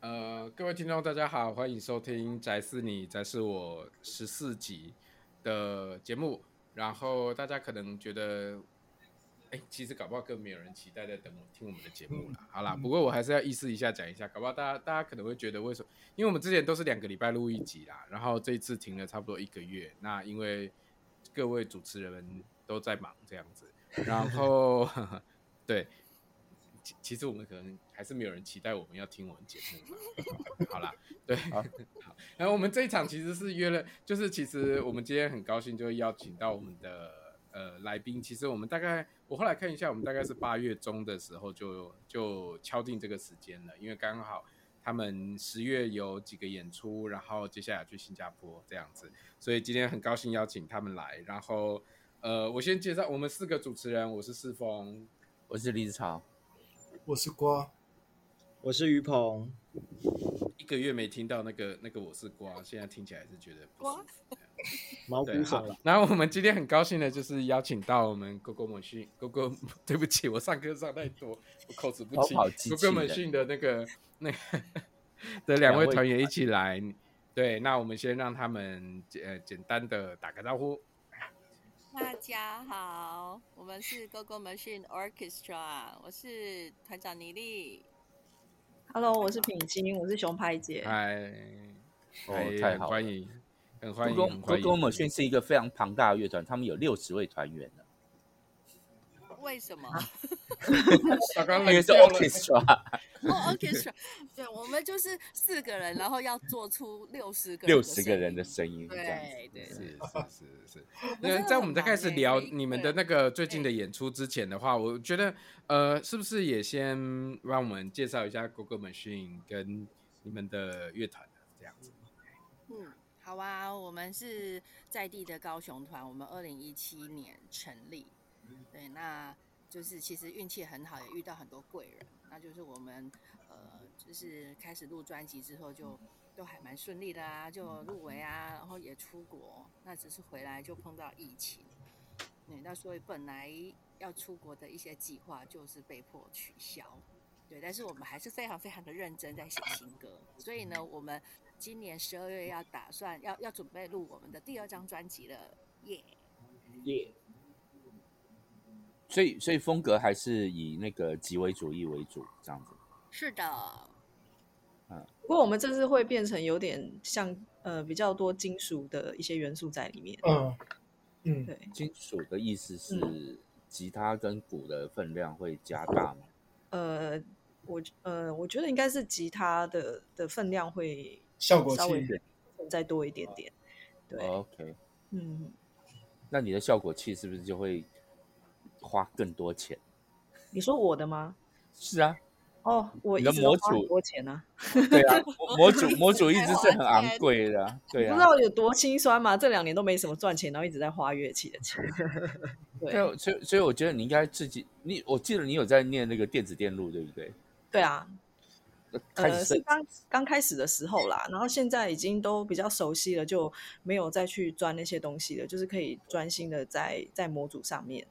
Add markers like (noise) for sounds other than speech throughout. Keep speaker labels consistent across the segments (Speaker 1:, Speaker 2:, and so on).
Speaker 1: 呃，各位听众大家好，欢迎收听《宅是你宅是我》十四集的节目。然后大家可能觉得，哎，其实搞不好更没有人期待在等我听我们的节目了。好啦，不过我还是要意思一下讲一下，搞不好大家大家可能会觉得为什么？因为我们之前都是两个礼拜录一集啦，然后这一次停了差不多一个月。那因为各位主持人们都在忙这样子，然后 (laughs) 对，其其实我们可能还是没有人期待我们要听我们节目嘛。好啦，对，好，然后我们这一场其实是约了，就是其实我们今天很高兴就邀请到我们的呃来宾，其实我们大概我后来看一下，我们大概是八月中的时候就就敲定这个时间了，因为刚好。他们十月有几个演出，然后接下来去新加坡这样子，所以今天很高兴邀请他们来。然后，呃，我先介绍我们四个主持人，我是世峰，
Speaker 2: 我是李子超，
Speaker 3: 我是瓜，
Speaker 4: 我是于鹏，
Speaker 1: 一个月没听到那个那个我是瓜，现在听起来是觉得不舒服。
Speaker 4: 毛骨
Speaker 1: 对，
Speaker 4: 悚
Speaker 1: 好
Speaker 4: 然。。
Speaker 1: 然后我们今天很高兴的就是邀请到我们 Google 猛训 Google，对 (laughs) 不起，我上课上太多，我口齿不
Speaker 2: 逃
Speaker 1: 清
Speaker 2: 跑。机器
Speaker 1: Google 猛
Speaker 2: 人
Speaker 1: 训的那个那
Speaker 2: (laughs)
Speaker 1: 个的两位
Speaker 2: 两位
Speaker 1: 团员一起来。对，那我们先让他们呃简单的打个招呼。
Speaker 5: 大家好，我们是 GoGo Machine Orchestra，我是团长倪丽。
Speaker 6: Hello，我是品心，我是熊派姐。
Speaker 1: 嗨，
Speaker 2: 哦
Speaker 1: 嗨
Speaker 2: 太
Speaker 1: 很
Speaker 2: 好
Speaker 1: 欢
Speaker 2: 了
Speaker 1: 迎，很欢迎，很
Speaker 2: Google
Speaker 1: 欢迎。
Speaker 2: Google 训是一个非常庞大的乐团，他们有六十位团员呢，
Speaker 5: 为什么？
Speaker 6: 啊
Speaker 1: 刚刚冷
Speaker 2: 因为是
Speaker 1: 掉了
Speaker 2: orchestra
Speaker 5: 哦、o r c h e s t r a 对，我们就是四个人，然后要做出六十个
Speaker 2: 六十个人的
Speaker 5: 声
Speaker 2: 声音，
Speaker 5: 音
Speaker 2: 这样子
Speaker 5: 对对
Speaker 1: 是
Speaker 5: 对，
Speaker 1: 是是是
Speaker 5: 我，
Speaker 1: 那
Speaker 5: 真的
Speaker 1: 在我
Speaker 5: 很
Speaker 1: 们在
Speaker 5: 忙
Speaker 1: 开始
Speaker 5: 欸
Speaker 1: 聊
Speaker 5: 每一
Speaker 1: 你们
Speaker 5: 个
Speaker 1: 的那个最近
Speaker 5: 哎
Speaker 1: 的演出之前的话，我觉得呃，是不是也先让我们介绍一下 Google Machine 跟你们的乐团啊这样子？
Speaker 5: 嗯，好啊，我们是在地的高雄团，我们二零一七年成立，对，那就是其实运气很好，也遇到很多贵人，那就是我们呃，就是开始录专辑之后就都还蛮顺利的啊，就入围啊，然后也出国，那只是回来就碰到疫情，对，那所以本来要出国的一些计划就是被迫取消。对，但是我们还是非常非常的认真在写新歌，所以
Speaker 2: 嗯
Speaker 5: 呢，我们今年十二月要打算要要准备录我们的第二张专辑了，耶、
Speaker 2: 所以所以风格还是以那个极为主义为主，这样子。
Speaker 5: 是的，
Speaker 6: 不过我们这次会变成有点像呃比较多金属的一些元素在里面。
Speaker 3: 嗯嗯，
Speaker 6: 对，
Speaker 2: 金属的意思是
Speaker 6: 嗯
Speaker 2: 吉他跟鼓的分量会加大吗？
Speaker 6: 呃，我呃我觉得应该是吉他的的分量会
Speaker 3: 效果器
Speaker 6: 稍微再多一点点。对，
Speaker 2: ，OK，
Speaker 6: 嗯，
Speaker 2: 那你的效果器是不是就会花更多钱？
Speaker 6: 你说我的吗？
Speaker 2: 是啊，
Speaker 6: 哦，我
Speaker 2: 你
Speaker 6: 一
Speaker 2: 的
Speaker 6: 直都
Speaker 2: 模
Speaker 6: 花很
Speaker 2: 组
Speaker 6: 多钱啊，
Speaker 2: 对啊，模模组模组一直是很
Speaker 5: 花
Speaker 2: 昂
Speaker 5: 钱
Speaker 2: 贵的、啊，对
Speaker 6: 不
Speaker 2: 啊
Speaker 6: 知。道有多心酸嘛？这两年都没什么赚钱，然后一直在花乐器
Speaker 2: (laughs)
Speaker 6: 的钱。
Speaker 2: 所以我，所以，所以我觉得你应该自己，你我记得你有在念那个电子电路，对不对？
Speaker 6: 对啊，
Speaker 2: 开
Speaker 6: 呃，
Speaker 2: 始
Speaker 6: 是
Speaker 2: 是
Speaker 6: 刚刚开始的时候啦，然后现在已经都比较熟悉了，就没有再去钻那些东西了，就是可以专心的在在模组上面。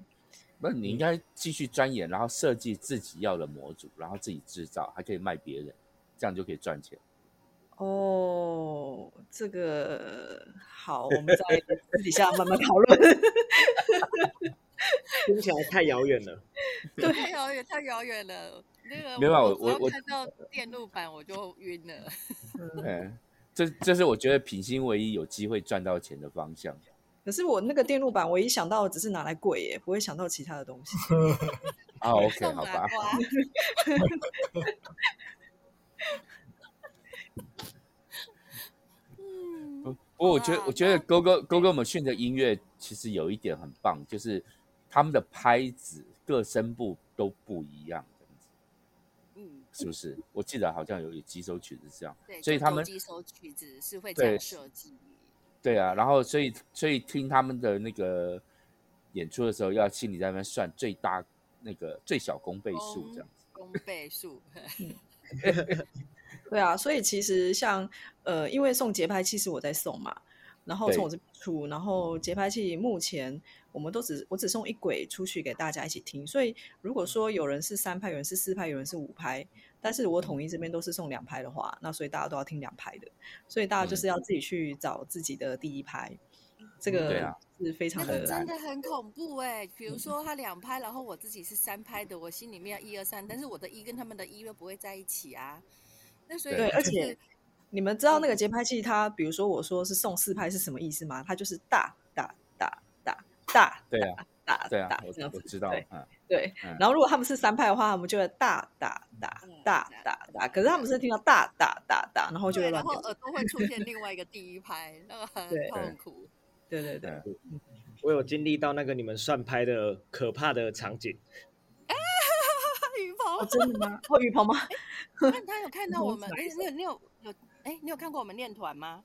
Speaker 2: 那你应该继续钻研，然后设计自己要的模组，然后自己制造，还可以卖别人，这样就可以赚钱。
Speaker 6: 哦，这个好，我们在 (laughs) 私底下慢慢讨论。
Speaker 4: 听起来太遥远了。
Speaker 5: (laughs) 太遥远，太遥远了。那个
Speaker 2: 没有啊我
Speaker 5: 我只要
Speaker 2: 我
Speaker 5: 看到电路板我就
Speaker 2: (laughs)
Speaker 5: 晕了。
Speaker 2: 嗯，这这是我觉得品心唯一有机会赚到钱的方向。
Speaker 6: 可是我那个电路板，我一想到只是拿来跪耶，不会想到其他的东西。
Speaker 2: 啊，OK，
Speaker 5: 送
Speaker 2: 好
Speaker 5: 麻
Speaker 2: 吧，
Speaker 5: 瓜，嗯，
Speaker 2: 不过我觉得
Speaker 5: 哇，
Speaker 2: 我觉得 Go Go Go Go Machine 的音乐其实有一点很棒，就是他们的拍子各声部都不一样，这样子
Speaker 5: 嗯，
Speaker 2: 是不是？我记得好像有有几首曲子是这样。
Speaker 5: 对，
Speaker 2: 所以
Speaker 5: 就
Speaker 2: 他
Speaker 5: 斗
Speaker 2: 们
Speaker 5: 鸡手曲子是会
Speaker 2: 对
Speaker 5: 这样设计。
Speaker 2: 对啊，然后所以所以听他们的那个演出的时候，要心里在那边算最大那个最小公倍数这样子。
Speaker 5: 公倍数，
Speaker 6: 对啊，所以其实像呃，因为送节拍器是我在送嘛，然后
Speaker 2: 对
Speaker 6: 从我这边出，然后节拍器目前我们都只我只送一轨出去给大家一起听，所以如果说有人是三拍，有人是四拍，有人是五拍，但是我统一这边都是送两拍的话，那所以大家都要听两拍的，所以
Speaker 2: 嗯
Speaker 6: 大家就是要自己去找自己的第一拍，这
Speaker 2: 对啊
Speaker 6: 个是非常
Speaker 5: 那
Speaker 6: 的嗯
Speaker 5: 个真的很恐怖哎、比如说他两拍，然后我自己是三拍的，我心里面要一二三，但是我的一跟他们的一又不会在一起啊。那所以
Speaker 2: 对
Speaker 5: 就
Speaker 6: 而
Speaker 5: 是
Speaker 6: 且你们知道
Speaker 2: 嗯
Speaker 6: 那个节拍器它，比如说我说是送四拍是什么意思吗？它就是大大大大大
Speaker 2: 对啊，
Speaker 6: 大
Speaker 2: 对啊
Speaker 6: 哦大，这
Speaker 2: 我
Speaker 6: 样
Speaker 2: 我
Speaker 6: 子。
Speaker 2: 知道
Speaker 6: 对，
Speaker 2: 嗯，
Speaker 6: 对
Speaker 2: 嗯，
Speaker 6: 然后如果他们是三拍的话，他们就会大大大大大大，可是他们是听到大大大大，然后就
Speaker 5: 对，
Speaker 6: 会
Speaker 5: 然
Speaker 6: 乱
Speaker 5: 后
Speaker 6: 掉。
Speaker 5: 耳朵会出现另外一个第一拍，那个很
Speaker 6: 对
Speaker 5: 痛苦。
Speaker 6: 对对对，
Speaker 4: 我有经历到那个你们算拍的可怕的场景，
Speaker 5: 雨鹏
Speaker 6: 哦，，真的吗？会预鹏吗？
Speaker 2: 哎
Speaker 6: (laughs)
Speaker 5: 那他有看到
Speaker 6: 我
Speaker 5: 我们？
Speaker 6: 们是哪
Speaker 5: 哎
Speaker 6: 一，
Speaker 5: 你有你有有哎，你有看过我们练团吗？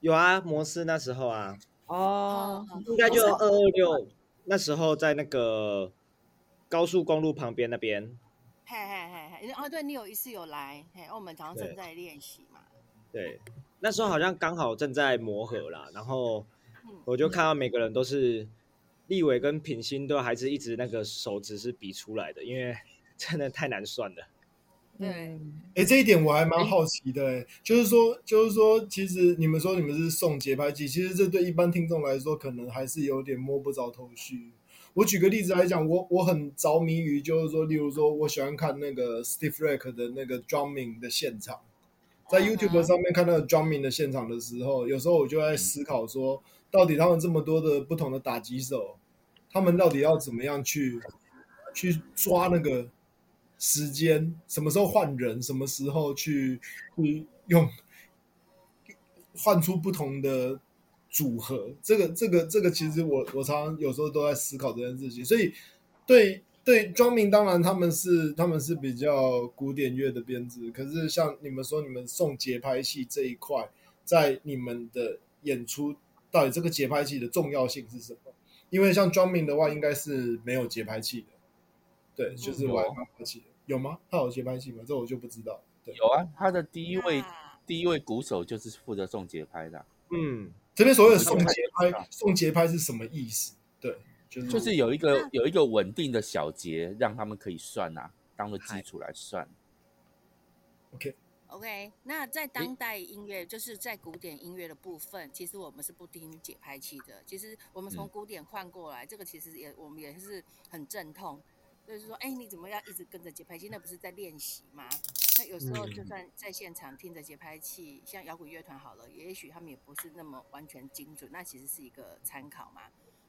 Speaker 4: 有啊，摩斯那时候啊，
Speaker 6: 哦，
Speaker 5: 嗯，
Speaker 4: 应该就二二六那时候在那个高速公路旁边那边，
Speaker 5: 嘿嘿嘿嘿，哦，对你有一次有来，嘿，哦我们常常正
Speaker 4: 对
Speaker 5: 在练习嘛。
Speaker 4: 对，那时候好像刚好正在磨合啦，然后
Speaker 5: 嗯
Speaker 4: 我就看到每个人都是立伟跟品心都还是一直那个手指是比出来的，因为真的太难算了。
Speaker 5: 对
Speaker 6: 嗯
Speaker 3: 哎、这一点我还蛮好奇的、诶就是说，就是说，其实你们说你们是送节拍器，其实这对一般听众来说，可能还是有点摸不着头绪。我举个例子来讲，我我很着迷于，就是说，例如说，我喜欢看那个 Steve Reich 的那个 drumming 的现场，在 YouTube 上面看那个 drumming 的现场的时候，有时候我就在思考说，到底他们这么多的不同的打击手，他们到底要怎么样去去抓那个时间，什么时候换人，什么时候去去用换出不同的组合。这个这个这个，其实我我常常有时候都在思考这件事情。所以对对，庄明当然他们是他们是比较古典乐的编制，可是像你们说你们送节拍器这一块，在你们的演出到底这个节拍器的重要性是什么？因为像庄明的话，应该是没有节拍器的。对，就是我还蛮好奇的，有吗？他有节拍器吗？这我就不知道。对，
Speaker 2: 有啊，他的第一位
Speaker 5: 那
Speaker 2: 第一位鼓手就是负责送节拍的啊，
Speaker 4: 嗯，
Speaker 3: 这边所谓的送
Speaker 2: 我
Speaker 3: 节
Speaker 2: 不知道
Speaker 3: 拍，送节拍是什么意思？对，
Speaker 6: 嗯
Speaker 3: 就是
Speaker 2: 就是有一个有一个稳定的小节，让他们可以算啊，当做基础来算。
Speaker 5: OK，那在当代音乐，就是在古典音乐的部分，其实我们是不听节拍器的。其实我们从
Speaker 2: 嗯
Speaker 5: 古典换过来，这个其实也我们也是很阵痛，就是说，哎，你怎么要一直跟着节拍器？那不是在练习吗？那有时候就
Speaker 2: 嗯
Speaker 5: 算在现场听着节拍器，像摇滚乐团好了，也许他们也不是那么完全精准，那其实是一个参考嘛。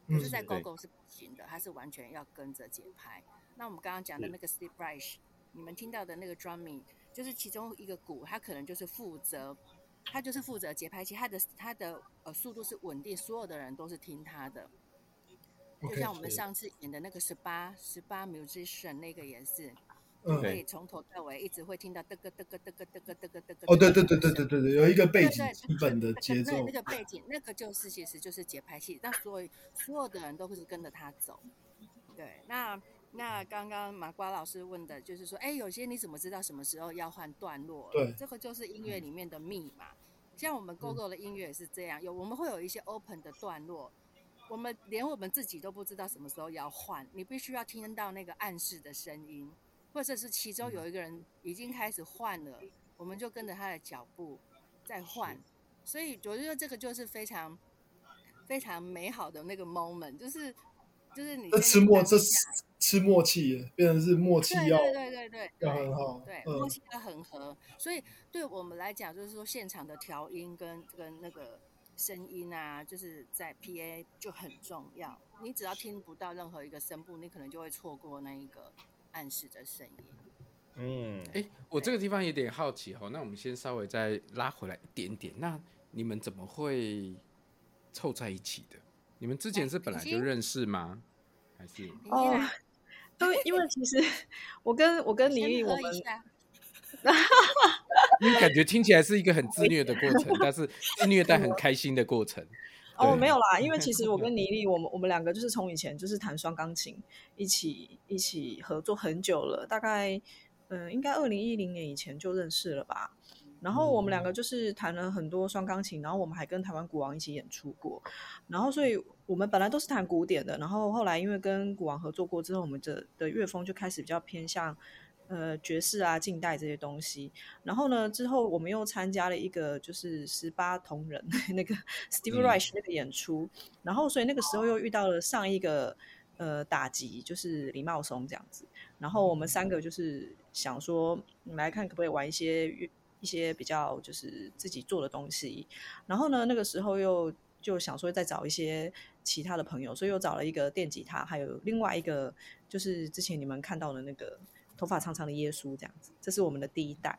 Speaker 5: 可是，在
Speaker 2: 嗯对
Speaker 5: GoGo 是不行的，它是完全要跟着节拍。那我们刚刚讲的那个 Steve Reich，你们听到的那个 drumming，就是其中一个鼓，它可能就是负责，它就是负责节拍器，它的它的呃速度是稳定，所有的人都是听它的。就
Speaker 3: OK，
Speaker 5: 像我们
Speaker 3: 是
Speaker 5: 上次演的那个十八十八 musician 那个也是，
Speaker 3: 嗯
Speaker 5: 可
Speaker 2: 对
Speaker 5: 以从头到尾一直会听到嘚咯嘚咯嘚咯嘚咯嘚咯嘚咯。
Speaker 3: 哦，对对对对对对对，有一个背景
Speaker 5: 对对
Speaker 3: 基本的节奏
Speaker 5: 那那。个背景，那个就是其实就是节拍器，那所以所有的人都是跟着他走。对，那那刚刚麻瓜老师问的就是说，哎，有些你怎么知道什么时候要换段落了？
Speaker 3: 对嗯
Speaker 5: 这个就是音乐里面的密码。像我们 GoGo 的音乐也是这样，有我们会有一些 open 的段落，我们连我们自己都不知道什么时候要换，你必须要听到那个暗示的声音，或者是其
Speaker 3: 嗯
Speaker 5: 中有一个人已经开始换了，我们就跟着他的脚步再换。所以我觉得这个就是非常非常美好的那个 moment，就是就是你
Speaker 3: 这
Speaker 5: 在
Speaker 3: 吃
Speaker 5: 那个
Speaker 3: 默，
Speaker 5: 当
Speaker 3: 这
Speaker 5: 下
Speaker 3: 是吃默契耶，变成是默契
Speaker 5: 对
Speaker 3: 要
Speaker 5: 对对对对
Speaker 3: 要
Speaker 5: 对
Speaker 3: 很好。
Speaker 5: 对，默
Speaker 3: 嗯，
Speaker 5: 契要很合，所以对我们来讲，就是说现场的调音跟跟那个声音啊，就是在 PA 就很重要。你只要听不到任何一个声部，你可能就会错过那一个暗示的声音。
Speaker 4: 嗯，
Speaker 1: 哎，我这个地方有点好奇哦，那我们先稍微再拉回来一点点。那你们怎么会凑在一起的？你们之前是本来就认识吗？还是
Speaker 5: 林
Speaker 6: 哦
Speaker 5: 依兰，
Speaker 6: 因为因为其实我跟我跟李丽
Speaker 5: 先
Speaker 6: 我
Speaker 5: 喝
Speaker 6: 们
Speaker 5: 一下，
Speaker 1: 因为感觉听起来是一个很自虐的过程，但是自虐但很开心的过程。
Speaker 6: 哦，
Speaker 1: 对
Speaker 6: 没有啦，因为其实我跟倪丽，我们我们两个就是从以前就是弹双钢琴，一起一起合作很久了，大概嗯、呃应该二零一零年以前就认识了吧。然后我们两个就是弹了很多双钢琴，然后我们还跟台湾鼓王一起演出过。然后所以我们本来都是弹古典的，然后后来因为跟鼓王合作过之后，我们的的乐风就开始比较偏向呃爵士啊、近代这些东西。然后呢，之后我们又参加了一个就是十八铜人那个 Steve
Speaker 2: 嗯
Speaker 6: Reich 那个演出，然后所以那个时候又遇到了上一个呃打击，就是李茂松这样子。然后我们三个就是想说，嗯来看可不可以玩一些乐一些比较就是自己做的东西。然后呢，那个时候又就想说再找一些其他的朋友，所以又找了一个电吉他，还有另外一个就是之前你们看到的那个头发长长的耶稣这样子，这是我们的第一代。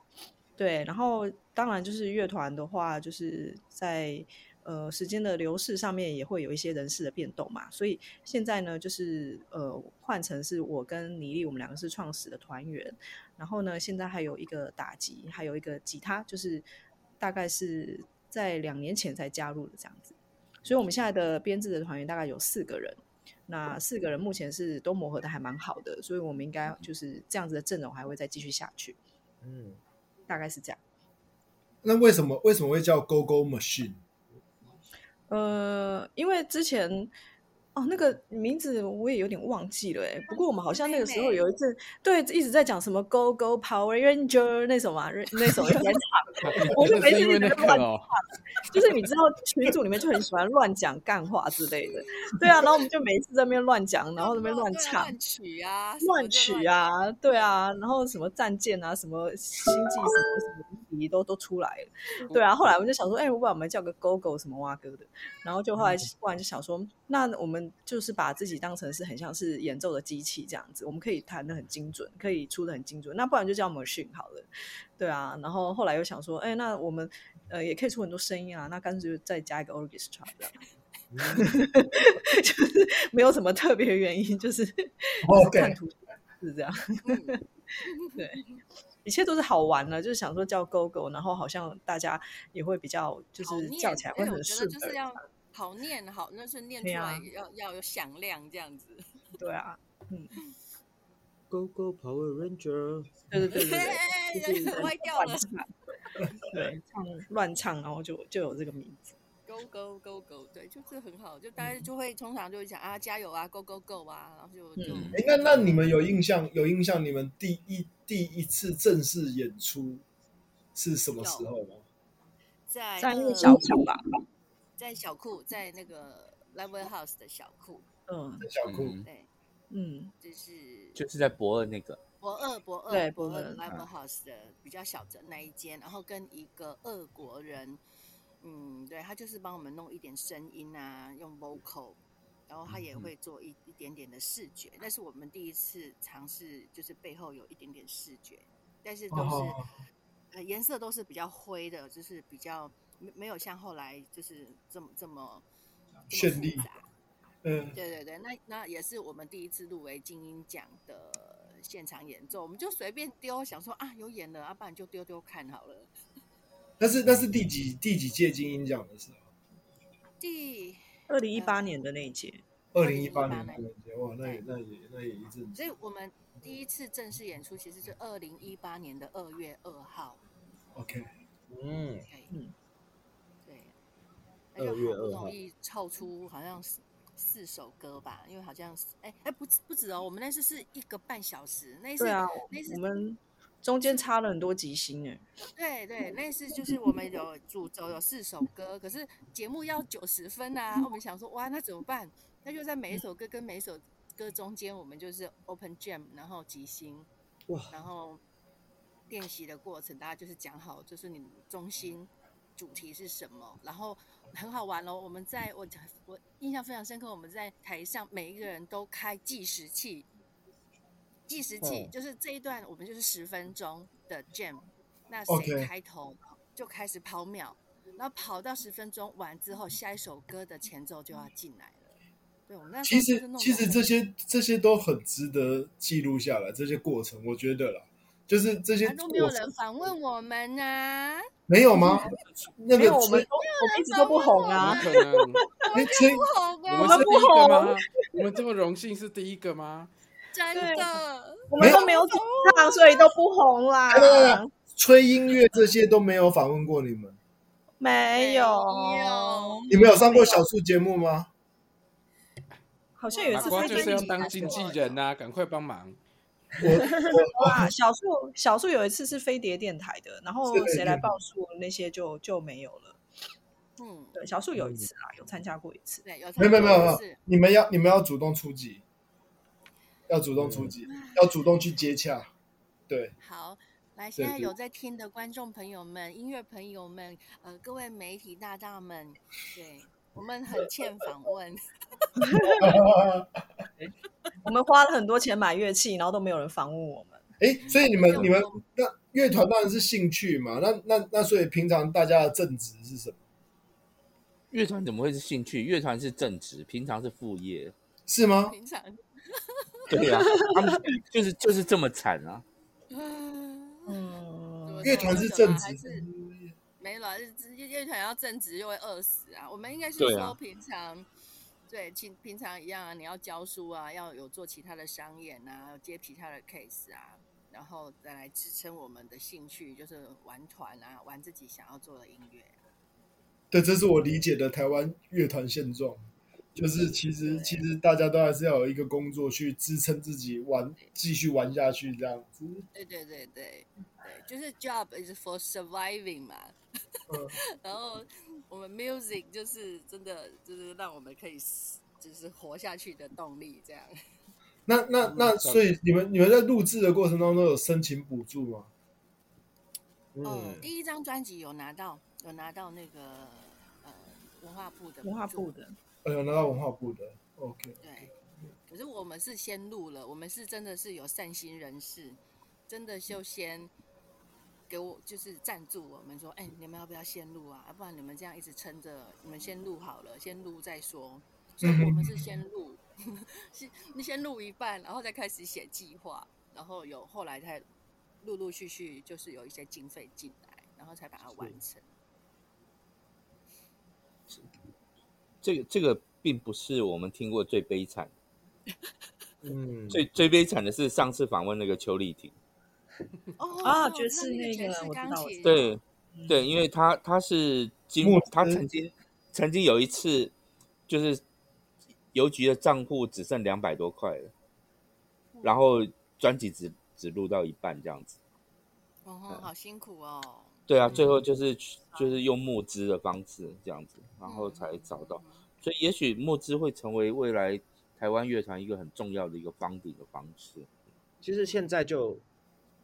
Speaker 6: 对，然后当然就是乐团的话，就是在呃时间的流逝上面也会有一些人事的变动嘛，所以现在呢，就是呃换成是我跟倪丽，我们两个是创始的团员，然后呢，现在还有一个打击，还有一个吉他，就是大概是在两年前才加入的这样子，所以我们现在的编制的团员大概有四个人。那四个人目前是都磨合的还蛮好的，所以我们应该就是这样子的阵容还会再继续下去，
Speaker 4: 嗯，
Speaker 6: 大概是这样。
Speaker 3: 那为什么为什么会叫 Go Go
Speaker 5: (laughs)
Speaker 3: Machine？
Speaker 6: 呃，因为之前哦，那个名字我也有点忘记了哎。不过我们好像那个时候有一阵对一直在讲什么 “Go Go Power Ranger” 那首嘛，那首
Speaker 5: (laughs)
Speaker 6: 一直在唱，我
Speaker 1: (laughs)
Speaker 6: 就
Speaker 1: 真的
Speaker 6: 没
Speaker 1: 是
Speaker 6: 事
Speaker 1: 因为
Speaker 6: 一直
Speaker 1: 那
Speaker 6: 在
Speaker 1: 个哦，
Speaker 6: 就是你知道群组里面就很喜欢乱讲干话之类的，对啊，然后我们就每一次在那边乱讲，然后在那边乱
Speaker 5: 对啊
Speaker 6: 唱。
Speaker 5: 乱取啊，什么
Speaker 6: 乱
Speaker 5: 就
Speaker 6: 取啊，对啊，然后什么战舰啊，什么星际什么什么议题都都出来了，对啊。后来我们就想说，哎、我把我们叫个 GoGo 什么蛙哥的，然后就后来
Speaker 5: 嗯
Speaker 6: 忽然就想说，那我们就是把自己当成是很像是演奏的机器这样子，我们可以弹的很精准，可以出的很精准，那不然就叫 machine 好了，对啊。然后后来又想说，哎、那我们呃也可以出很多声音啊，那干脆就再加一个 orchestra 这样。
Speaker 5: 嗯
Speaker 6: (laughs) 就是没有什么特别原因，就是就是看
Speaker 3: 哦 OK
Speaker 6: 图是这样。
Speaker 5: 乱嗯
Speaker 6: 一切都是好玩的，就是想说叫 Go Go，然后好像大家也会比较就
Speaker 5: 好
Speaker 6: 是
Speaker 5: 念
Speaker 6: 叫起来会
Speaker 5: 哎我
Speaker 6: 很
Speaker 5: 觉得
Speaker 6: 顺
Speaker 5: 就是
Speaker 6: 耳，
Speaker 5: 要好念好，那是念出
Speaker 6: 对啊
Speaker 5: 来要要有响亮这样子。
Speaker 6: 对啊，
Speaker 4: Go Go Power Ranger，
Speaker 6: 对对对对对。就是
Speaker 5: 哎歪掉了
Speaker 6: 乱唱，对，唱乱唱，然后就就有这个名字。
Speaker 5: ，Go Go Go Go，对，就是很好，就
Speaker 6: 嗯
Speaker 5: 大家就会通常就会讲啊，加油啊，Go Go Go 啊，然后就就
Speaker 2: 嗯
Speaker 3: 哎，那那你们有印象有印象？你们第一第一次正式演出是什么时候吗？
Speaker 5: (laughs) 在
Speaker 6: 在那
Speaker 5: 呃
Speaker 6: 个小厂吧，
Speaker 5: 在小库，在那个 Level House 的小库，
Speaker 6: 嗯
Speaker 3: 小库，
Speaker 2: 嗯
Speaker 5: 对，
Speaker 6: 嗯，
Speaker 5: 就是
Speaker 2: 就是在博尔那个，
Speaker 5: 博二博二
Speaker 6: 对
Speaker 5: 博
Speaker 6: 博
Speaker 5: 二
Speaker 3: 嗯
Speaker 6: 二
Speaker 5: Live House 的比较小的那一间，然后跟一个俄国人，嗯，对他就是帮我们弄一点声音啊，用 vocal，然后
Speaker 3: 嗯
Speaker 5: 他也会做一一点点的视觉，那是我们第一次尝试，就是背后有一点点视觉，但是都是、
Speaker 3: 哦
Speaker 5: 呃颜色都是比较灰的，就是比较没没有像后来就是这么这么这么
Speaker 3: 绚丽
Speaker 5: 复杂
Speaker 3: 嗯，
Speaker 5: 对对对，那那也是我们第一次入围金鹰奖的现场演奏，我们就随便丢，想说啊有演了，啊不然就丢丢看好了。
Speaker 3: 那是那是第几第几届金鹰奖的时候？
Speaker 5: 第，
Speaker 6: 二零一八年的那一届，
Speaker 3: 二零一八
Speaker 5: 2018
Speaker 3: 年
Speaker 5: 年
Speaker 3: 的节哇，那也那也那也一阵子
Speaker 5: 所以我们第一次正式演出其实是二零一八年的二月二号，
Speaker 3: ，OK，
Speaker 4: 嗯，
Speaker 5: 对，
Speaker 6: 嗯
Speaker 5: 对，那就
Speaker 4: 2月
Speaker 5: 好不
Speaker 4: 2
Speaker 5: 容
Speaker 4: 号
Speaker 5: 易凑出好像是四首歌吧，因为好像是哎哎不止不止哦，我们那次是一个半小时，那一次
Speaker 6: 对啊，
Speaker 5: 那次
Speaker 6: 我们中间差了很多吉星哎、
Speaker 5: 对对，那次就是我们有主轴有四首歌，可是节目要九十分啊，我们想说哇，那怎么办？那就在每一首歌跟每一首歌中间，我们就是 open jam，然后即兴，
Speaker 4: 哇，
Speaker 5: 然后练习的过程，大家就是讲好，就是你中心主题是什么，然后很好玩哦。我们在我我印象非常深刻，我们在台上每一个人都开计时器，计时器
Speaker 4: 哦
Speaker 5: 就是这一段我们就是十分钟的 jam，那
Speaker 3: OK
Speaker 5: 谁开头就开始跑秒，然后跑到十分钟完之后，下一首歌的前奏就要进来了。对，我们那
Speaker 3: 其
Speaker 5: 时候就是
Speaker 3: 实
Speaker 5: 弄得
Speaker 3: 其实
Speaker 5: 很
Speaker 3: 这些这些都很值得记录下来，这些过程我觉得啦，就是这些
Speaker 5: 啊都没有
Speaker 3: 过程
Speaker 5: 人访问我们啊。
Speaker 3: 没有吗？那个
Speaker 6: 没有我们
Speaker 3: 所以
Speaker 6: 都我们一直都不红
Speaker 1: 怎么
Speaker 6: 啊，
Speaker 1: 可能？
Speaker 3: 哎所以
Speaker 1: (laughs)
Speaker 5: 好
Speaker 1: 我们
Speaker 5: 啊，
Speaker 1: 是第一个吗？我们这么荣幸是第一个吗？
Speaker 5: 真的。
Speaker 6: 我们都没有主唱，所以都不红啦，
Speaker 3: 对对对吹音乐这些都没有访问过你们，
Speaker 6: 没有，
Speaker 5: 没有
Speaker 3: 你们有上过小树节目吗？
Speaker 6: 好像有一
Speaker 1: 傻
Speaker 6: 次
Speaker 5: 我
Speaker 1: 瓜
Speaker 6: 参
Speaker 5: 们
Speaker 1: 就
Speaker 6: 加
Speaker 1: 是要
Speaker 6: 一集
Speaker 1: 啊当经纪人呐、赶快帮忙！
Speaker 3: 我
Speaker 6: 哇，小树小树有一次是飞碟电台的，然后
Speaker 3: 是
Speaker 6: 谁来报数那些就就没有了。
Speaker 5: 嗯，
Speaker 6: 对，小树有一次啦，有参加过一次。
Speaker 5: 对，有
Speaker 3: 我没有没有没有没有
Speaker 5: 是，
Speaker 3: 你们要你们要主动出击，要主动出击，要主动去接洽，对，
Speaker 5: 好，来，现
Speaker 3: 对
Speaker 5: 在
Speaker 3: 对
Speaker 5: 有在听的观众朋友们、音乐朋友们，呃，各位媒体大大们，对我们很欠访问， (laughs)
Speaker 6: 我们花了很多钱买乐器，然后都没有人访问我们。
Speaker 3: 哎，所以你们
Speaker 5: 有
Speaker 3: 你们
Speaker 5: 有
Speaker 3: 那乐团当然是兴趣嘛，那那那所以平常大家的正职是什么？
Speaker 2: 乐团怎么会是兴趣？乐团是正职，平常是副业。 (laughs)
Speaker 3: 是吗？
Speaker 5: 平常，
Speaker 2: 对呀、他们就是就是这么惨啊！
Speaker 5: 嗯，
Speaker 6: 嗯
Speaker 5: 对
Speaker 3: 乐团是正
Speaker 5: 还
Speaker 3: 职
Speaker 5: 是没了，是乐乐团要正职就会饿死啊。我们应该是
Speaker 2: 对啊
Speaker 5: 说平常，对，平平常一样啊，你要教书啊，要有做其他的商演啊，要接其他的 case 啊，然后再来支撑我们的兴趣，就是玩团啊，玩自己想要做的音乐。啊
Speaker 3: 对，这是我理解的台湾乐团现状，就是其实其实大家都还是要有一个工作去支撑自己玩，继续玩下去这样子。
Speaker 5: 对对对对对，就是 job is for surviving 嘛。 (laughs) 然后我们 music 就是真的就是让我们可以就是活下去的动力，这样。
Speaker 3: 那
Speaker 5: 嗯
Speaker 3: 那那，所以你们你们在录制的过程当中有申请补助吗？
Speaker 5: 呃
Speaker 4: 嗯，
Speaker 5: 第一张专辑有拿到有拿到那个呃文化部的
Speaker 6: 文化
Speaker 5: 补助
Speaker 6: 部的，
Speaker 3: 呃，有拿到文化部的，OK。
Speaker 5: 对，可是我们是先录了，我们是真的是有善心人士，真的就先给我就是赞助我们说，哎、你们要不要先录啊？啊不然你们这样一直撑着，你们先录好了，先录再说。所以我们是先录，是先录一半，然后再开始写计划，然后有后来才陆陆续续就是有一些经费进来，然后才把它完成。
Speaker 2: 这个这个并不是我们听过最悲惨，
Speaker 4: 嗯，
Speaker 2: 最最悲惨的是上次访问那个邱丽婷。
Speaker 5: 哦
Speaker 6: 啊
Speaker 5: 那
Speaker 6: 爵士
Speaker 5: 那
Speaker 6: 那
Speaker 5: 爵
Speaker 6: 个
Speaker 5: 士
Speaker 6: 我知
Speaker 5: 钢
Speaker 6: 道我知
Speaker 5: 琴，
Speaker 2: 对，对，因为他他是金
Speaker 3: 募，
Speaker 2: 他
Speaker 3: 资
Speaker 2: 曾经曾经有一次，就是邮局的账户只剩两百多块了，然后专辑只只录到一半这样子。
Speaker 5: 哦，好辛苦哦。
Speaker 2: 对啊，最后就是去就是用募资的方式这样子，然后才
Speaker 5: 嗯
Speaker 2: 找到。所以也许募资会成为未来台湾乐团一个很重要的一个帮顶的方式。
Speaker 4: 其实现在就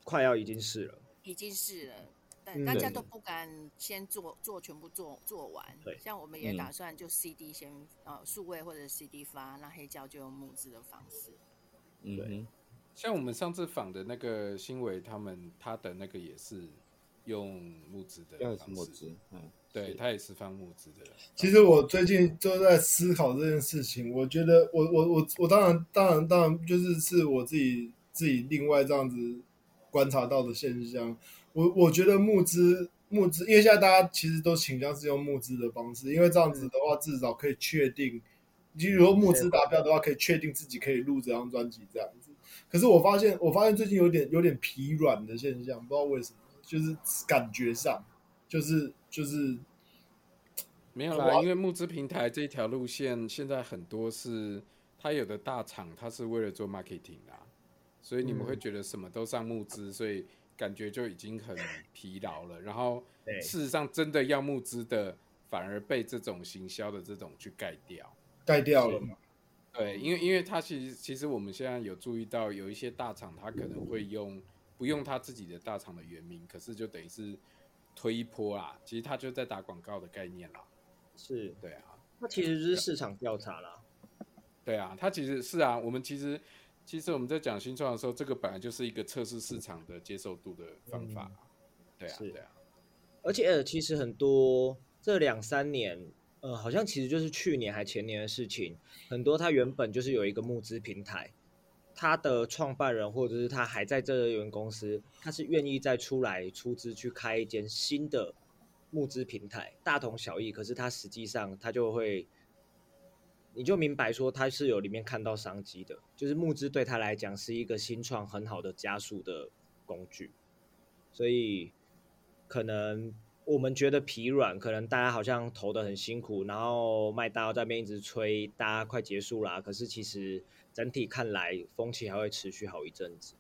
Speaker 4: 快要已经是了，
Speaker 5: 已经是了，但
Speaker 4: 嗯
Speaker 5: 大家
Speaker 2: 对
Speaker 5: 都不敢先做做全部做做完
Speaker 4: 对。
Speaker 5: 像我们也
Speaker 2: 嗯
Speaker 5: 打算就 CD 先、呃数位或者 CD 发，那黑胶就用募资的方式。
Speaker 2: 嗯哼，
Speaker 1: 像我们上次访的那个新伟他们，他的那个也是用募资的
Speaker 2: 要是
Speaker 1: 方
Speaker 2: 募
Speaker 1: 式
Speaker 2: 资，嗯，
Speaker 1: 对
Speaker 2: 是
Speaker 1: 他也是放募资的。
Speaker 3: 其实我最近都在思考这件事情。我觉得我，我我我当然当然当然就是是我自己自己另外这样子观察到的现象。我我觉得募资募资，因为现在大家其实都倾向是用募资的方式，因为这样子的话至少可以确定，你如果募资达标的话，可以确定自己可以录这张专辑这样子。可是我发现我发现最近有点有点疲软的现象，不知道为什么，就是感觉上就是就是
Speaker 1: 没有啦，因为募资平台这一条路线，现在很多是它有的大厂，它是为了做 marketing 啦，所以你们会觉得什么都上募资，所以感觉就已经很疲劳了。然后
Speaker 4: 对
Speaker 1: 事实上，真的要募资的，反而被这种行销的这种去盖掉。
Speaker 3: 盖掉了嘛。
Speaker 1: 对，因为因为他其实其实我们现在有注意到，有一些大厂他可能会用不用他自己的大厂的原名，可是就等于是推一波啦。其实他就在打广告的概念啦。
Speaker 4: 是，
Speaker 1: 对啊，
Speaker 4: 它其实就是市场调查啦，
Speaker 1: 对啊，他其实是啊，我们其实其实我们在讲新创的时候，这个本来就是一个测试市场的接受度的方法。对啊，
Speaker 4: 嗯是
Speaker 1: 对啊，
Speaker 4: 而且、呃其实很多这两三年，呃，好像其实就是去年还前年的事情，很多它原本就是有一个募资平台，它的创办人或者是他还在这原公司，他是愿意再出来出资去开一间新的募资平台，大同小异，可是它实际上它就会。你就明白说他是有里面看到商机的，就是募资对他来讲是一个新创很好的加速的工具。所以可能我们觉得疲软，可能大家好像投的很辛苦，然后麦当劳在那边一直催大家快结束啦。可是其实整体看来，风气还会持续好一阵子。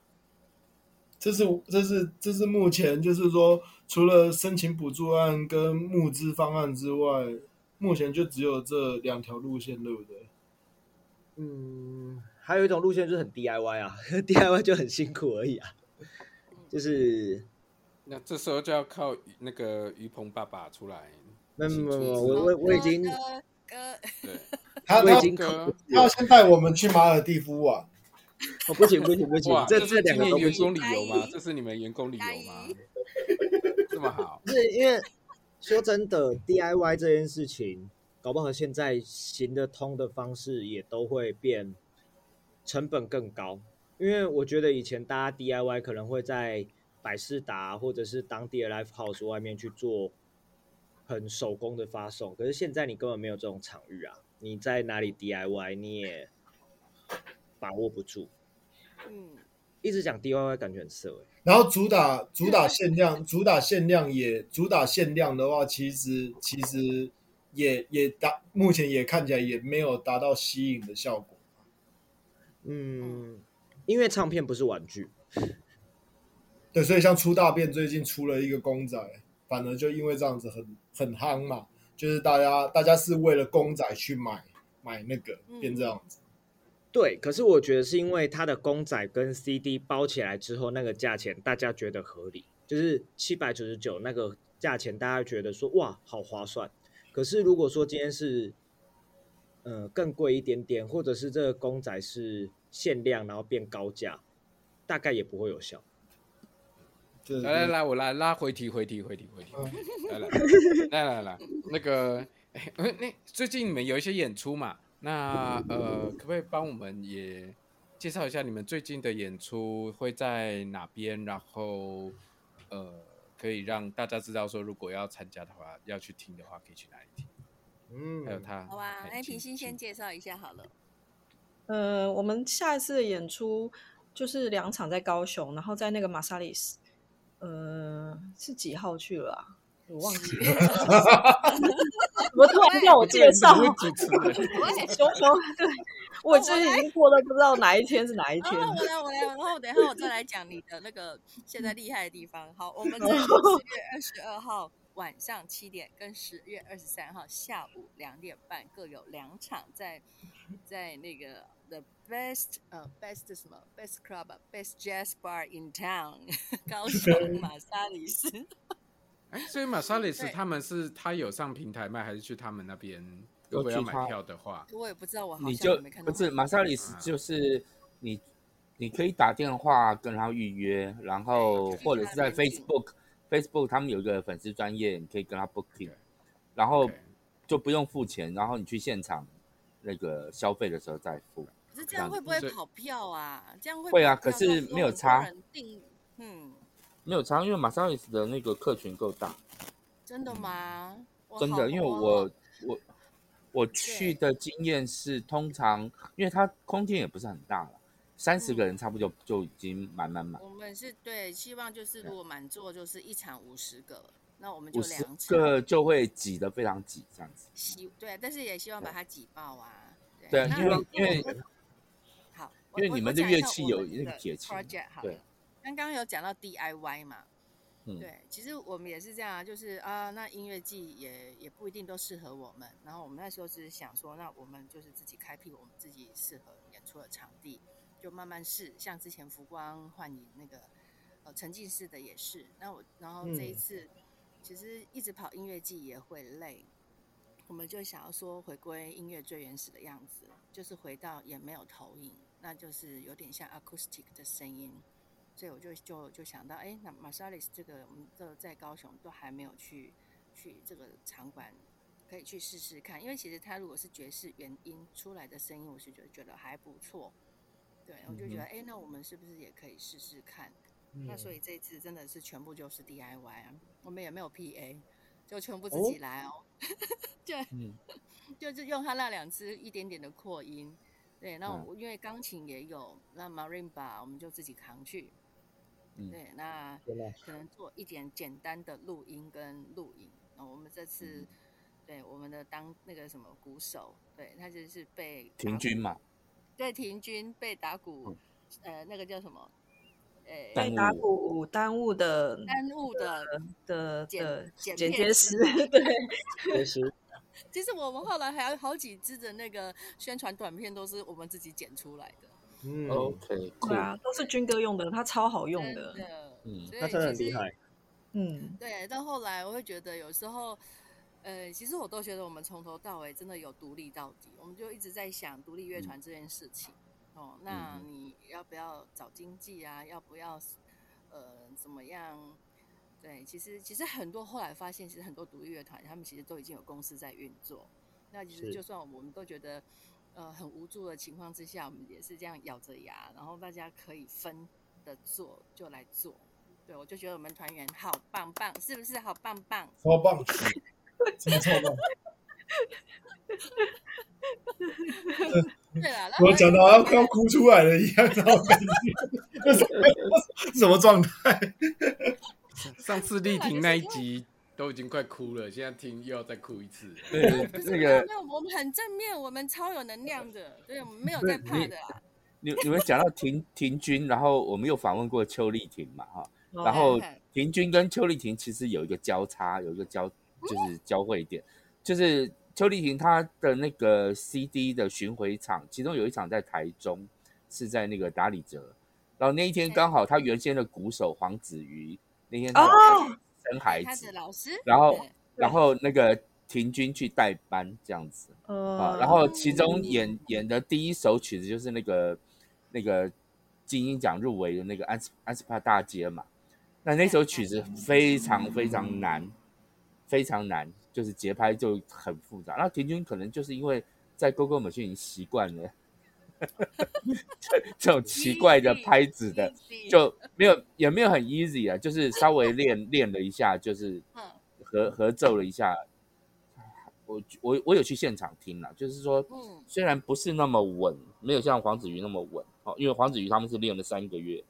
Speaker 3: 这是这是这是目前就是说，除了申请补助案跟募资方案之外，目前就只有这两条路线，对不对？
Speaker 4: 嗯，还有一种路线就是很 DIY 啊 (laughs) ，DIY 就很辛苦而已啊，就是
Speaker 1: 那这时候就要靠那个于鹏爸爸出来。
Speaker 4: 没没没，
Speaker 1: 我
Speaker 4: 我我我已经
Speaker 5: 哥哥
Speaker 4: (laughs)
Speaker 1: 对，
Speaker 3: 他
Speaker 4: 我已
Speaker 3: 他
Speaker 4: 经
Speaker 1: 哥
Speaker 3: 他要先带我们去马尔蒂夫啊玩，
Speaker 4: 哦不行不行不行
Speaker 1: 哇，，
Speaker 4: 这
Speaker 1: 这
Speaker 4: 这
Speaker 1: 是
Speaker 4: 两
Speaker 1: 今
Speaker 4: 个
Speaker 1: 年
Speaker 4: 都不
Speaker 1: 员
Speaker 4: 行，
Speaker 1: 工旅游
Speaker 5: 阿
Speaker 1: 吗
Speaker 5: 姨？
Speaker 1: 这是你们员工旅游吗
Speaker 5: 阿姨？
Speaker 1: 这么好，
Speaker 4: 是因为说真的，DIY 这件事情，搞不好现在行得通的方式也都会变成本更高，因为我觉得以前大家 DIY 可能会在百事达或者是当地的 l i f e house 外面去做很手工的发送，可是现在你根本没有这种场域啊，你在哪里 DIY 你也把握不住。
Speaker 5: 嗯，
Speaker 4: 一直讲 DIY 感觉很色欸
Speaker 3: 然后主打主打限量，主打限量也主打限量的话，其实其实也也达目前也看起来也没有达到吸引的效果。
Speaker 4: 嗯，因为唱片不是玩具。
Speaker 3: 对，所以像出大便最近出了一个公仔，反而就因为这样子很很夯嘛，就是大家大家是为了公仔去买买那个
Speaker 5: 嗯
Speaker 3: 变这样子。
Speaker 4: 对，可是我觉得是因为它的公仔跟 CD 包起来之后，那个价钱大家觉得合理，就是七百九十九那个价钱，大家觉得说哇好划算。可是如果说今天是，呃，更贵一点点，或者是这个公仔是限量然后变高价，大概也不会有效。
Speaker 3: 对
Speaker 1: 来来来，我来拉回题，回题，回题，回题。
Speaker 2: 嗯
Speaker 1: 来 (laughs) 来来来来，那个，哎，呃那最近你们有一些演出嘛？那呃，可不可以帮我们也介绍一下你们最近的演出会在哪边？然后呃，可以让大家知道说，如果要参加的话，要去听的话，可以去哪里听？还有
Speaker 4: 嗯，
Speaker 1: 他，
Speaker 5: 好啊，
Speaker 1: 哎
Speaker 5: 那平心先介绍一下好了。
Speaker 6: 呃，我们下一次的演出就是两场在高雄，然后在那个马萨里斯，呃，是几号去了啊？我忘记了。怎么突然叫我介绍？
Speaker 1: 我主持人，
Speaker 5: 喂，
Speaker 6: 熊熊，对我这已经过到不知道哪一天是哪一
Speaker 5: 啊，
Speaker 6: 天了。
Speaker 5: 我来，我来，然后等一下我再来讲你的那个现在厉害的地方。好，我们在
Speaker 2: (laughs)
Speaker 5: 十月二十二号晚上七点跟十月二十三号下午两点半各有两场在，在那个 The Best 呃 Best 什么 Best Club 啊 Best Jazz Bar in Town (laughs)
Speaker 2: (laughs)
Speaker 5: 高雄马萨里斯。
Speaker 1: 哎，所以玛莎蕾斯
Speaker 5: 对
Speaker 1: 他们是他有上平台卖，还是去他们那边？
Speaker 2: 要
Speaker 1: 如果要
Speaker 2: 去
Speaker 1: 买
Speaker 2: 他
Speaker 1: 票的话，
Speaker 5: 我也不知道，我好
Speaker 2: 你
Speaker 5: 像
Speaker 2: 就
Speaker 5: 也没看到。
Speaker 2: 不是马萨里斯，就是你，你可以打电话跟他预约，然后
Speaker 5: 对
Speaker 2: 或者是在
Speaker 5: 就是他的
Speaker 2: Facebook，Facebook 他们有一个粉丝专业，你可以跟他 booking，然后
Speaker 1: OK
Speaker 2: 就不用付钱，然后你去现场那个消费的时候再付。
Speaker 5: 可是这样会不会
Speaker 1: 所以
Speaker 5: 跑票啊？这样会
Speaker 2: 会啊
Speaker 5: 跑票
Speaker 2: 可是
Speaker 5: 到时候
Speaker 2: 没有
Speaker 5: 很多
Speaker 2: 差
Speaker 5: 人订嗯，
Speaker 2: 没有差，因为马萨里斯的那个客群够大，
Speaker 5: 真的吗？我
Speaker 2: 真
Speaker 5: 哦好啊
Speaker 2: 的，因为
Speaker 5: 好
Speaker 2: 我我我去的经验是，通常因为它空间也不是很大了，三十个人差不多就就已经满满满，
Speaker 5: 我们是对，希望就是如果满座就是一场五十个，那我们就
Speaker 2: 五十
Speaker 5: 两场。
Speaker 2: 个就会挤得非常挤这样子。
Speaker 5: 希对，但是也希望把它挤爆啊。
Speaker 2: 对啊，
Speaker 5: 那
Speaker 2: 因为因为
Speaker 5: 好，
Speaker 2: 因为
Speaker 5: 我
Speaker 2: 你
Speaker 5: 我
Speaker 2: 们
Speaker 5: 我
Speaker 2: 的
Speaker 5: 讲
Speaker 2: 乐
Speaker 5: 一下
Speaker 2: 器
Speaker 5: 我
Speaker 2: 有
Speaker 5: 们
Speaker 2: 那
Speaker 5: 这
Speaker 2: 个
Speaker 5: 个
Speaker 2: 铁琴
Speaker 5: project 好
Speaker 2: 对
Speaker 5: 了。刚刚有讲到 DIY 嘛，
Speaker 2: 嗯，
Speaker 5: 对，其实我们也是这样啊，就是啊，那音乐季也也不一定都适合我们。然后我们那时候只是想说，那我们就是自己开辟我们自己适合演出的场地，就慢慢试。像之前浮光幻影那个呃沉浸式的也是。那我然后这一
Speaker 3: 嗯
Speaker 5: 次、其实一直跑音乐季也会累，我们就想要说回归音乐最原始的样子，就是回到也没有投影，那就是有点像 acoustic 的声音。所以我就就就想到，哎，那马莎里斯这个我们都在高雄都还没有去去这个场馆，可以去试试看。因为其实它如果是爵士原音出来的声音，我是觉得觉得还不错。对，我就觉得，哎、那我们是不是也可以试试看？
Speaker 4: 嗯
Speaker 5: 那
Speaker 2: 嗯
Speaker 5: 所以这一次真的是全部就是 DIY 啊，我们也没有 PA，就全部自己
Speaker 4: 哦
Speaker 5: 来哦。 (laughs) 对，
Speaker 2: 嗯
Speaker 5: 就是用他那两只一点点的扩音。对，那
Speaker 2: 嗯
Speaker 5: 我、因为钢琴也有，那 marimba 我们就自己扛去。
Speaker 2: 嗯
Speaker 5: 对，那
Speaker 4: 真的
Speaker 5: 可能做一点简单的录音跟录影。那我们这次，
Speaker 2: 嗯
Speaker 5: 对我们的当那个什么鼓手，对他就是被打
Speaker 2: 平均
Speaker 5: 鼓
Speaker 2: 嘛，嗯
Speaker 5: 对，廷君被打鼓，呃，那个叫什么？诶
Speaker 2: 耽
Speaker 6: 被
Speaker 2: 误
Speaker 6: 打鼓耽误的
Speaker 5: 耽误的
Speaker 6: 嗯的
Speaker 5: 剪
Speaker 6: 的
Speaker 5: 剪
Speaker 6: 剪
Speaker 5: 片
Speaker 6: 接
Speaker 5: 师 (laughs)
Speaker 6: 师，对，
Speaker 4: 其 (laughs) 实
Speaker 5: 其实我们后来还有好几支的那个宣传短片都是我们自己剪出来的，
Speaker 4: 嗯，
Speaker 2: OK，酷
Speaker 6: 对，啊，都是军哥用的，他超好用
Speaker 5: 真
Speaker 6: 的，
Speaker 5: 的，
Speaker 2: 嗯
Speaker 5: 所以
Speaker 4: 他真的很
Speaker 5: 其
Speaker 4: 厉
Speaker 5: 实
Speaker 4: 害。
Speaker 6: 嗯，
Speaker 5: 对，到后来我会觉得有时候，呃，其实我都觉得我们从头到尾真的有独立到底，我们就一直在想独立乐团这件事情。哦，那
Speaker 2: 嗯
Speaker 5: 你要不要找经济啊？要不要呃怎么样？对，其实其实很多后来发现，其实很多独立乐团他们其实都已经有公司在运作。那其实
Speaker 4: 是
Speaker 5: 就算我们都觉得呃很无助的情况之下，我们也是这样咬着牙，然后大家可以分的做就来做。对，我就觉得我们团员好棒棒，是不是好棒
Speaker 2: (laughs)
Speaker 5: 棒？
Speaker 3: 超棒，
Speaker 5: (laughs)
Speaker 3: 真的超棒！
Speaker 5: 对啦，然后
Speaker 3: 我讲到要快要哭出来了一样，然后感觉
Speaker 1: (laughs)
Speaker 3: 那什么什么状态？
Speaker 1: 上次丽婷那一集都已经快哭了，现在听又要再哭一次。
Speaker 2: 对那
Speaker 5: 没有
Speaker 2: 个
Speaker 5: 没有，我们很正面，我们超有能量的，对，我们没有在
Speaker 2: 对
Speaker 5: 怕
Speaker 2: 你
Speaker 5: 的啦。
Speaker 2: 你你们讲到停停军，然后我们又访问过邱丽婷嘛哈，
Speaker 6: 哦
Speaker 2: 然后
Speaker 5: 嗯
Speaker 2: 平均跟邱丽婷其实有一个交叉，有一个交就是交汇点，就是邱丽婷她的那个 CD 的巡回场，其中有一场在台中，是在那个打里哲，然后那一天
Speaker 5: 对
Speaker 2: 刚好她原先的鼓手黄子瑜那天她
Speaker 6: 哦，
Speaker 2: 生孩
Speaker 5: 他
Speaker 2: 子哦
Speaker 5: 的，老师，
Speaker 2: 然后
Speaker 5: 对
Speaker 2: 然后那个婷君去代班这样子，啊
Speaker 6: 呃，，
Speaker 2: 然后其
Speaker 5: 哦
Speaker 2: 中演演的第一首曲子就是那个那个金鹰奖入围的那个安斯安斯帕大街嘛。那那首曲子非常非常难，非常难，就是节拍就很复杂。那田军可能就是因为在 g o g o 已经习惯了 (laughs) 这这种奇怪的拍子的，
Speaker 5: Easy，
Speaker 2: 就没有也没有很 easy 啊，就是稍微练练了一下，就是
Speaker 5: 嗯
Speaker 2: 合合奏了一下。我我我有去现场听了，就是说
Speaker 5: 嗯
Speaker 2: 虽然不是那么稳，没有像黄子瑜那么稳哦，因为黄子瑜他们是练了三个月，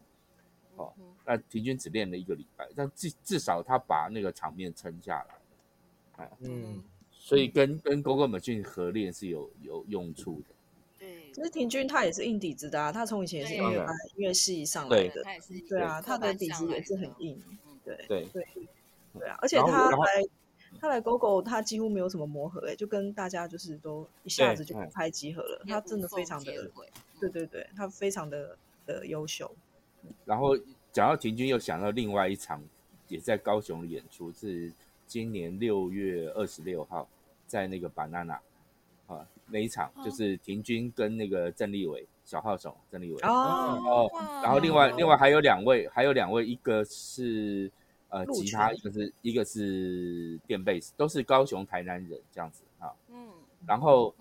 Speaker 2: 哦
Speaker 5: 嗯哼
Speaker 2: 那平均只练了一个礼拜，但至至少他把那个场面撑下来，
Speaker 4: 嗯，
Speaker 2: 所以跟跟 g o g o 合练是有有用处的。
Speaker 5: 对
Speaker 6: 其，实廷君他也是硬底子的啊，他从以前也是
Speaker 5: 对
Speaker 6: 音乐
Speaker 2: 当然
Speaker 6: 班音乐系上来
Speaker 2: 嗯对
Speaker 6: 的，
Speaker 5: 他也是一
Speaker 6: 对
Speaker 5: 个
Speaker 6: 啊，
Speaker 5: 刻
Speaker 6: 他的
Speaker 5: 板
Speaker 6: 底
Speaker 5: 上
Speaker 6: 子
Speaker 5: 来
Speaker 6: 也是很
Speaker 5: 的
Speaker 6: 硬
Speaker 5: 嗯，
Speaker 6: 对
Speaker 2: 对
Speaker 6: 对对啊，而且
Speaker 2: 然后
Speaker 6: 他
Speaker 2: 然后
Speaker 6: 来他来 GoGo 他几乎没有什么磨合、欸，就跟大家就是都一下
Speaker 2: 对
Speaker 6: 子就
Speaker 2: 嗯
Speaker 6: 拍即合了，
Speaker 5: 也
Speaker 6: 他
Speaker 5: 无
Speaker 6: 真的非
Speaker 5: 缝
Speaker 6: 常
Speaker 5: 接
Speaker 6: 的，
Speaker 5: 轨嗯
Speaker 6: 对对对，他非常的的优秀，
Speaker 2: 然后讲到婷君，又想到另外一场也在高雄的演出，是今年六月二十六号在那个 banana 啊那一场，就是婷君跟那个郑立伟小号手郑立伟，
Speaker 6: 哦，
Speaker 2: 哦
Speaker 5: 哇
Speaker 2: 然后另外
Speaker 6: 哦
Speaker 2: 另外还有两位，还有两位，一个是呃
Speaker 6: 陆
Speaker 2: 吉他，
Speaker 6: 泉
Speaker 2: 一个是一个是电贝斯，都是高雄台南人这样子啊。
Speaker 5: 嗯
Speaker 2: 然后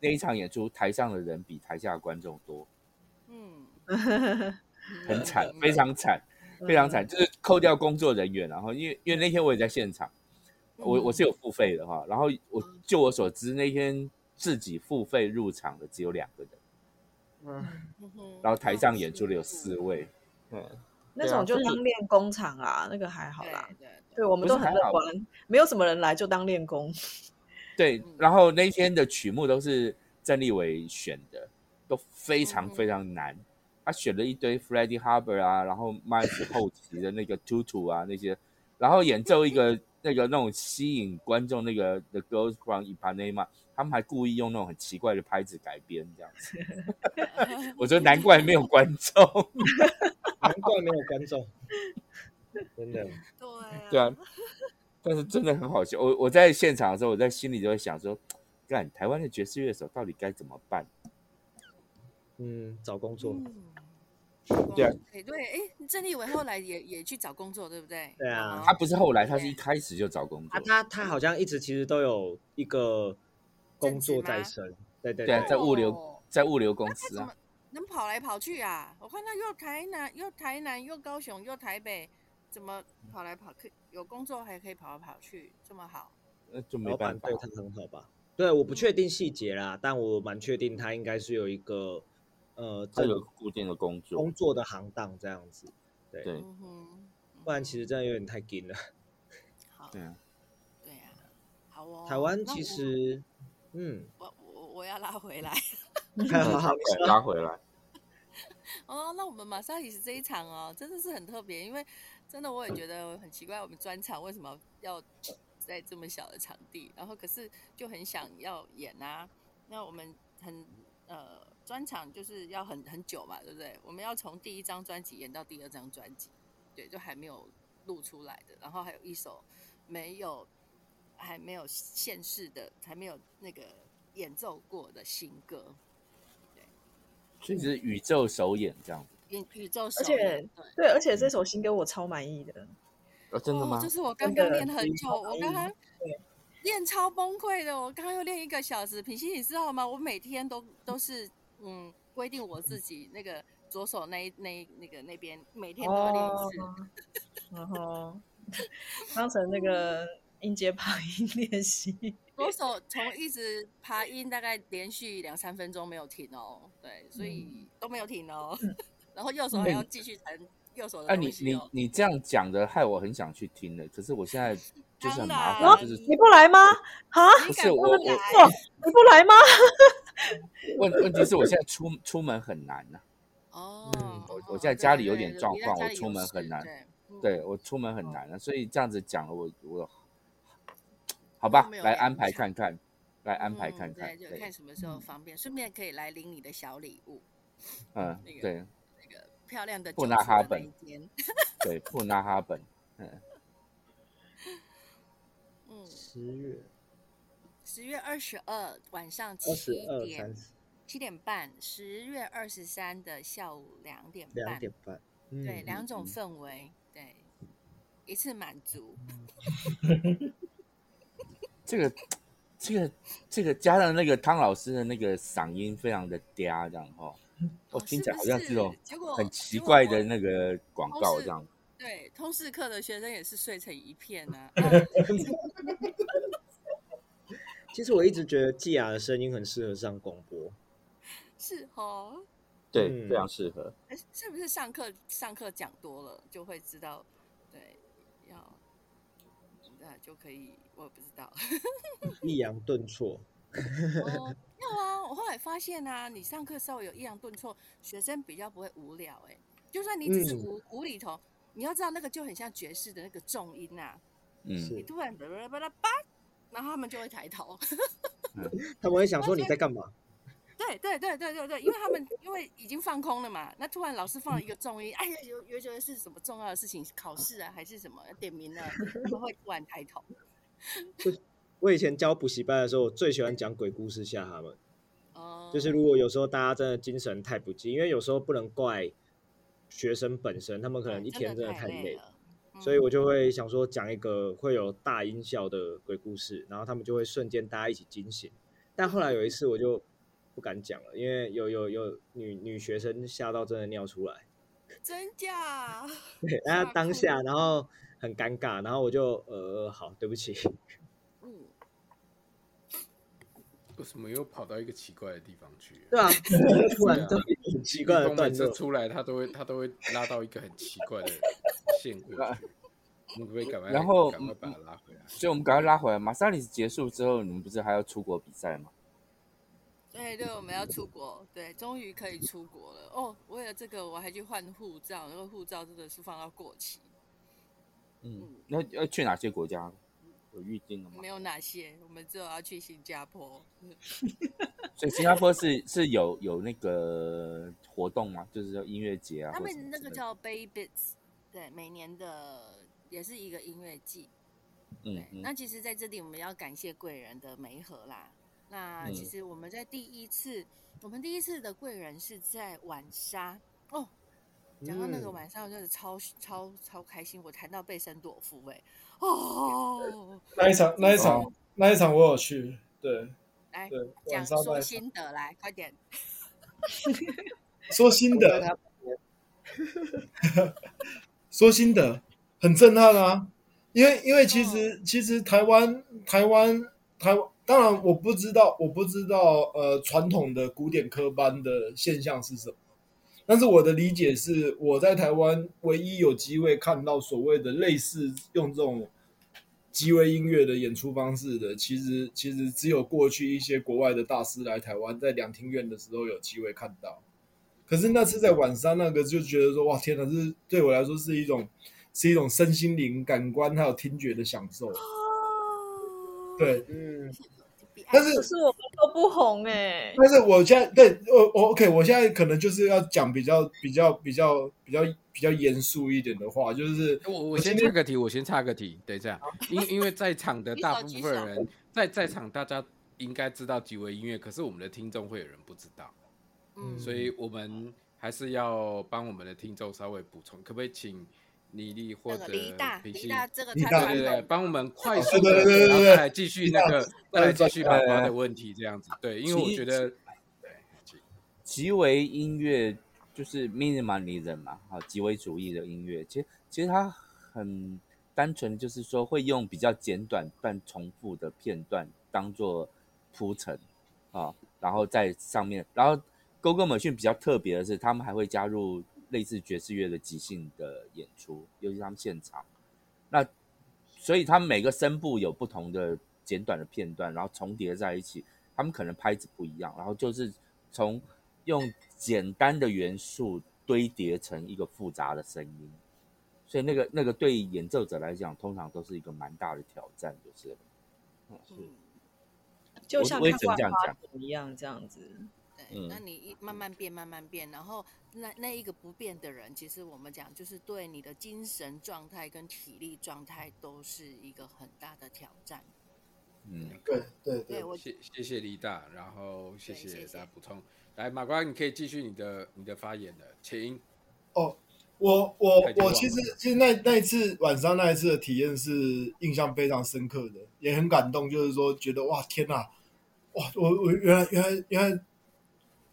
Speaker 2: 那一场演出，台上的人比台下的观众多，
Speaker 5: 嗯，
Speaker 4: (laughs)
Speaker 2: 很惨，
Speaker 5: 嗯
Speaker 2: 非常惨。非常惨，
Speaker 6: 嗯，
Speaker 2: 就是扣掉工作人员，然后因为因为那天我也在现场，我我是有付费的哈，然后我就我所知那天自己付费入场的只有两个人，
Speaker 5: 嗯哼
Speaker 2: 然后台上演出的有四，位，
Speaker 6: 那
Speaker 2: 对啊
Speaker 6: 种就
Speaker 2: 所以
Speaker 6: 当练功场啦，那个还好
Speaker 5: 对
Speaker 6: 啦，
Speaker 5: 对对，
Speaker 6: 对我们
Speaker 2: 不
Speaker 6: 都
Speaker 2: 是
Speaker 6: 很
Speaker 2: 还
Speaker 6: 乐
Speaker 2: 好
Speaker 6: 观，没有什么人来就当练功， (laughs)
Speaker 2: 对
Speaker 5: 嗯，
Speaker 2: 然后那天的曲目都是郑立伟选的，都非常
Speaker 5: 嗯
Speaker 2: 非常难，他选了一堆 Freddie Hubbard 啊，然后
Speaker 5: (laughs)
Speaker 2: Miles 后期的那个 Tutu 啊那些，然后演奏一个那个那种吸引观众那个 The Girls from Ipanema，他们还故意用那种很奇怪的拍子改编这样子，
Speaker 5: (laughs)
Speaker 2: 我觉得难怪没有观众， (laughs)
Speaker 4: 难怪没有观众， (laughs) 真的。
Speaker 5: 对嗯
Speaker 2: 对啊，但是真的很好笑。我我在现场的时候，我在心里就会想说，干台湾的爵士乐手到底该怎么办？
Speaker 4: 嗯，找工作，
Speaker 5: 嗯
Speaker 2: 对啊，
Speaker 5: 对对，哎，郑立伟后来也也去找工作，对不对？
Speaker 4: 对啊
Speaker 2: 他不是后来，他是一开始就找工
Speaker 4: 啊，
Speaker 2: 作。
Speaker 4: 他他好像一直其实都有一个工作在
Speaker 5: 正
Speaker 4: 身，对对
Speaker 2: 对啊，在物流
Speaker 5: 哦
Speaker 2: 在物流公
Speaker 5: 他
Speaker 2: 司
Speaker 5: 怎
Speaker 2: 啊
Speaker 5: 么，能跑来跑去啊？我看他又台南，又台南，又高雄，又台北，怎么跑来跑去？有工作还可以跑来跑去，这么好？
Speaker 2: 那呃就没
Speaker 4: 老
Speaker 2: 办
Speaker 4: 板
Speaker 2: 法
Speaker 4: 对。他很好吧？对，我不确定细节啦，但我蛮确定他应该是有一个呃，
Speaker 2: 他
Speaker 4: 这
Speaker 2: 有
Speaker 4: 个
Speaker 2: 固定的工作
Speaker 4: 工，作的行当这样子，
Speaker 2: 对
Speaker 5: 嗯哼，
Speaker 4: 不然其
Speaker 5: 实
Speaker 4: 实真的有点太紧了。
Speaker 5: 好，
Speaker 2: 对啊，
Speaker 5: 对啊，好哦。
Speaker 4: 台湾
Speaker 5: 那
Speaker 4: 其
Speaker 5: 我
Speaker 4: 实，嗯，
Speaker 5: 我我我要拉回来， (laughs)
Speaker 2: 嗯
Speaker 4: 好好，
Speaker 2: 拉回
Speaker 4: (laughs)
Speaker 2: 来拉回来，
Speaker 5: 哦，那我们马萨里斯这一场哦，真的是很特别，因为真的我也觉得很奇怪，我们专场为什么要在这么小的场地，然后可是就很想要演啊。那我们很呃专场就是要很很久嘛，对不对？我们要从第一张专辑演到第二张专辑，对，就还没有录出来的，然后还有一首没有还没有现世的，还没有那个演奏过的新歌，
Speaker 2: 所以是宇宙首演这样子。
Speaker 5: 演宇宙
Speaker 6: 而
Speaker 5: 首
Speaker 6: 且
Speaker 5: 演，对。
Speaker 6: 对，而
Speaker 2: 嗯
Speaker 6: 且这首新歌我超满意的，
Speaker 2: 哦，真的
Speaker 5: 哦
Speaker 2: 吗
Speaker 5: 就？是我刚
Speaker 6: 真
Speaker 5: 刚
Speaker 6: 的
Speaker 5: 练很
Speaker 6: 非
Speaker 5: 久，
Speaker 6: 常
Speaker 5: 我刚刚
Speaker 6: 对
Speaker 5: 练超崩溃的，我刚刚又练一个小时。平心，你知道吗？我每天都都是嗯规定我自己那个左手那一那一那个那边每天都要练一
Speaker 6: 哦
Speaker 5: 次。
Speaker 2: (laughs)
Speaker 6: 然后当成那个音阶爬音练习。
Speaker 5: 左手从一直爬音，大概连续两三分钟没有停哦，对，所
Speaker 6: 嗯
Speaker 5: 以都没有停哦。 (laughs) 然后右手还
Speaker 2: 那
Speaker 5: 要
Speaker 2: 你
Speaker 5: 继续弹右手的
Speaker 2: 哎、嗯你
Speaker 5: 东西
Speaker 2: 你
Speaker 5: 哦。
Speaker 2: 你这样讲的，害我很想去听了。可是我现在就是很麻
Speaker 5: 当
Speaker 2: 烦，就是
Speaker 6: 你不来吗？啊，
Speaker 5: 你
Speaker 2: 不
Speaker 5: 敢
Speaker 2: 是
Speaker 5: 不
Speaker 2: 我我
Speaker 5: 来
Speaker 6: 哦你不来吗？
Speaker 2: 问问题是我现在出出门很难啊呐、
Speaker 5: 哦
Speaker 4: 嗯，
Speaker 2: 我
Speaker 5: 哦
Speaker 2: 我
Speaker 5: 哦
Speaker 2: 现在
Speaker 5: 对
Speaker 2: 家
Speaker 5: 对
Speaker 2: 里有
Speaker 5: 对
Speaker 2: 点
Speaker 5: 对
Speaker 2: 状
Speaker 5: 你在
Speaker 2: 况
Speaker 5: 家
Speaker 2: 我
Speaker 5: 里有
Speaker 2: 出门很
Speaker 5: 事
Speaker 2: 难
Speaker 5: 对，嗯
Speaker 2: 对我出门很难啊，所以这样子讲了，我我好
Speaker 5: 都
Speaker 2: 吧
Speaker 5: 没，有
Speaker 2: 来
Speaker 5: 演
Speaker 2: 安排
Speaker 5: 唱
Speaker 2: 看看，来安排
Speaker 5: 嗯
Speaker 2: 看看，
Speaker 5: 对，就看
Speaker 2: 对，
Speaker 5: 什么时候
Speaker 6: 嗯
Speaker 5: 方便，顺便可以来领你的小礼物，
Speaker 2: 嗯
Speaker 5: 那，个
Speaker 2: 对
Speaker 5: 那个漂亮的
Speaker 2: 布
Speaker 5: 酒
Speaker 2: 纳
Speaker 5: 出
Speaker 2: 哈
Speaker 5: 的那
Speaker 2: 本
Speaker 5: 一间。
Speaker 2: 对，布纳哈本，
Speaker 5: 嗯，
Speaker 4: 十月
Speaker 5: 十月二十二晚上
Speaker 4: 二
Speaker 5: 七
Speaker 4: 十二
Speaker 5: 点
Speaker 4: 三十
Speaker 5: 七点半，十月二十三的下午两点
Speaker 4: 两
Speaker 5: 半，
Speaker 4: 点半，嗯，
Speaker 5: 对，两种
Speaker 2: 嗯
Speaker 5: 氛围，对，一次满足，
Speaker 2: 这个这个这个加上那个汤老师的那个嗓音非常的嗲，这样哈、哦，我
Speaker 5: 哦
Speaker 2: 听
Speaker 5: 是
Speaker 2: 起来
Speaker 5: 不
Speaker 2: 好像这
Speaker 5: 是
Speaker 2: 种
Speaker 5: 结果
Speaker 2: 很奇
Speaker 5: 结果
Speaker 2: 怪
Speaker 5: 我
Speaker 2: 的那个广
Speaker 5: 都
Speaker 2: 告
Speaker 5: 是
Speaker 2: 这样。
Speaker 5: 对，通识课的学生也是睡成一片
Speaker 2: (laughs)
Speaker 5: 啊。哦
Speaker 4: 其实我一直觉得季雅的声音很适合上广播，
Speaker 5: 是哦，
Speaker 2: 对，
Speaker 4: 嗯
Speaker 2: 非常适合。
Speaker 5: 哎是不是上课上课讲多了就会知道？对，要那就可以，我也不知道。
Speaker 4: 抑扬顿挫，
Speaker 5: 哦， (laughs) 要啊！我后来发现啊，你上课稍微有抑扬顿挫，学生比较不会无聊、欸。哎，就算你只是
Speaker 4: 嗯
Speaker 5: 无、无厘头，你要知道那个就很像爵士的那个重音呐、
Speaker 2: 嗯，
Speaker 5: 你
Speaker 4: 是
Speaker 5: 突然巴拉巴拉叭，然后他们就会抬头。
Speaker 4: 他们会想说你在干嘛？
Speaker 5: 对对对对对对，因为他们因为已经放空了嘛，那突然老师放了一个重音，哎呀，有有觉得是什么重要的事情，考试啊还是什么点名了，他们会突然抬头。
Speaker 4: 我以前教补习班的时候，我最喜欢讲鬼故事吓他们。
Speaker 5: 哦、
Speaker 4: 就是如果有时候大家真的精神太不济，因为有时候不能怪学生本身，他们可能一天真的太
Speaker 5: 太
Speaker 4: 累，嗯
Speaker 5: 了，嗯
Speaker 4: 所以我就会想说讲一个会有大音效的鬼故事，然后他们就会瞬间大家一起惊醒。但后来有一次我就不敢讲了，因为有有有女女学生吓到真的尿出来，
Speaker 5: 嗯真假？
Speaker 4: 对，大
Speaker 5: 吓
Speaker 4: 家当
Speaker 5: 哭
Speaker 4: 下然后很尴尬，然后我就呃好对不起， (laughs)
Speaker 5: 嗯，
Speaker 1: 为什么又跑到一个奇怪的地方去？
Speaker 4: 对 (laughs) 啊，突然到一个很奇怪的
Speaker 1: 动
Speaker 4: 段
Speaker 1: 每
Speaker 4: 落
Speaker 1: 次，出来，他都会他都会拉到一个很奇怪的线过去。你可不可以赶快，
Speaker 2: 然后
Speaker 1: 赶快把它拉回来？
Speaker 2: 所以我们赶快拉回来。马萨里斯结束之后，你们不是还要出国比赛吗？
Speaker 5: 对对，我们要出国，对，终于可以出国了。哦，为了这个我还去换护照，那个护照真的是放到过期，
Speaker 2: 嗯，那要去哪些国家？有预定了吗
Speaker 5: 没？有哪些，我们只有要去新加坡。
Speaker 2: 所以新加坡是是有有那个活动吗？就是说音乐节啊，
Speaker 5: 他
Speaker 2: 或者什
Speaker 5: 们
Speaker 2: 么
Speaker 5: 那
Speaker 2: 之类
Speaker 5: 个
Speaker 2: 的
Speaker 5: 叫 Baybits，对，每年的也是一个音乐季。
Speaker 2: 嗯
Speaker 5: 对，
Speaker 2: 嗯
Speaker 5: 那其实在这里我们要感谢贵人的媒合啦。那
Speaker 2: 嗯
Speaker 5: 其实我们在第一次，我们第一次的贵人是在晚沙哦。讲到那个
Speaker 4: 嗯
Speaker 5: 晚上，我真的超超超开心，我谈到贝森朵夫哎、哦，
Speaker 3: 那一场那一场、
Speaker 2: 哦
Speaker 3: 那一场我有去，对
Speaker 5: 来
Speaker 3: 对，晚
Speaker 5: 讲
Speaker 3: 上那一
Speaker 5: 说
Speaker 3: 场
Speaker 5: 心得来，快点，
Speaker 3: 说新
Speaker 4: 我觉得
Speaker 3: 的
Speaker 4: 他
Speaker 3: 说新的，很震撼啊！因为因为其实、其实台湾台湾台湾，当然我不知道我不知道呃传统的古典科班的现象是什么，但是我的理解是我在台湾唯一有机会看到所谓的类似用这种极为音乐的演出方式的，其实其实只有过去一些国外的大师来台湾在两厅院的时候有机会看到。可是那次在晚上那个就觉得说，哇，天哪，这是对我来说是一种是一种身心灵、感官还有听觉的享受。对，
Speaker 4: 嗯，
Speaker 5: 比爱
Speaker 3: 但是
Speaker 6: 可是我们都不红哎、
Speaker 3: 但是我现在对我我 OK，我现在可能就是要讲比较比较比较比较比较严肃一点的话，就是
Speaker 1: 嗯我我先插个题，我先插个题，等一下，因因为在场的大部分人，在在场大家应该知道几位音乐，可是我们的听众会有人不知道，
Speaker 5: 嗯，
Speaker 1: 所以我们还是要帮我们的听众稍微补充，可不可以请倪丽或
Speaker 5: 那
Speaker 1: 者
Speaker 5: 个梨大，
Speaker 1: 平
Speaker 5: 梨
Speaker 1: 信？
Speaker 5: 大这个
Speaker 3: 梨
Speaker 5: 他
Speaker 3: 大
Speaker 1: 对
Speaker 5: 传
Speaker 1: 对对，
Speaker 5: 统
Speaker 1: 帮我们快速的，
Speaker 3: 对对对对对
Speaker 1: 然后
Speaker 3: 对
Speaker 1: 再来继续那个，再来继续宝宝的问题这样子。对，因为我觉得，
Speaker 2: 极为音乐就是 minimalism 嘛，好，极为主义的音乐，其实其实它很单纯，就是说会用比较简短但重复的片段当做铺陈啊，然后在上面，然后 g o g o 美讯比较特别的是，他们还会加入类似爵士乐的即兴的演出，尤其他们现场，那所以他们每个声部有不同的简短的片段，然后重叠在一起，他们可能拍子不一样，然后就是从用简单的元素堆叠成一个复杂的声音，所以那个那个对演奏者来讲，通常都是一个蛮大的挑战，就是了。嗯是
Speaker 5: 嗯，
Speaker 6: 就像
Speaker 2: 我也
Speaker 6: 看
Speaker 2: 只能
Speaker 6: 万
Speaker 2: 这样
Speaker 6: 花
Speaker 2: 讲
Speaker 6: 筒一样这样子。
Speaker 5: 对，
Speaker 2: 嗯
Speaker 5: 那你一慢慢变，慢慢变，然后那那一个不变的人，其实我们讲就是对你的精神状态跟体力状态都是一个很大的挑战。
Speaker 2: 嗯，
Speaker 3: 对对对
Speaker 5: 对，我
Speaker 1: 谢谢谢李大，然后谢
Speaker 5: 对谢
Speaker 1: 谢
Speaker 5: 谢
Speaker 1: 大家补充。来，马瓜，你可以继续你的你的发言了，请。太
Speaker 3: 我我
Speaker 1: 绝望
Speaker 3: 我
Speaker 1: 了
Speaker 3: 其实其实那那一次晚上那一次的体验是印象非常深刻的，也很感动，就是说觉得哇天呐，哇我我原来原来原来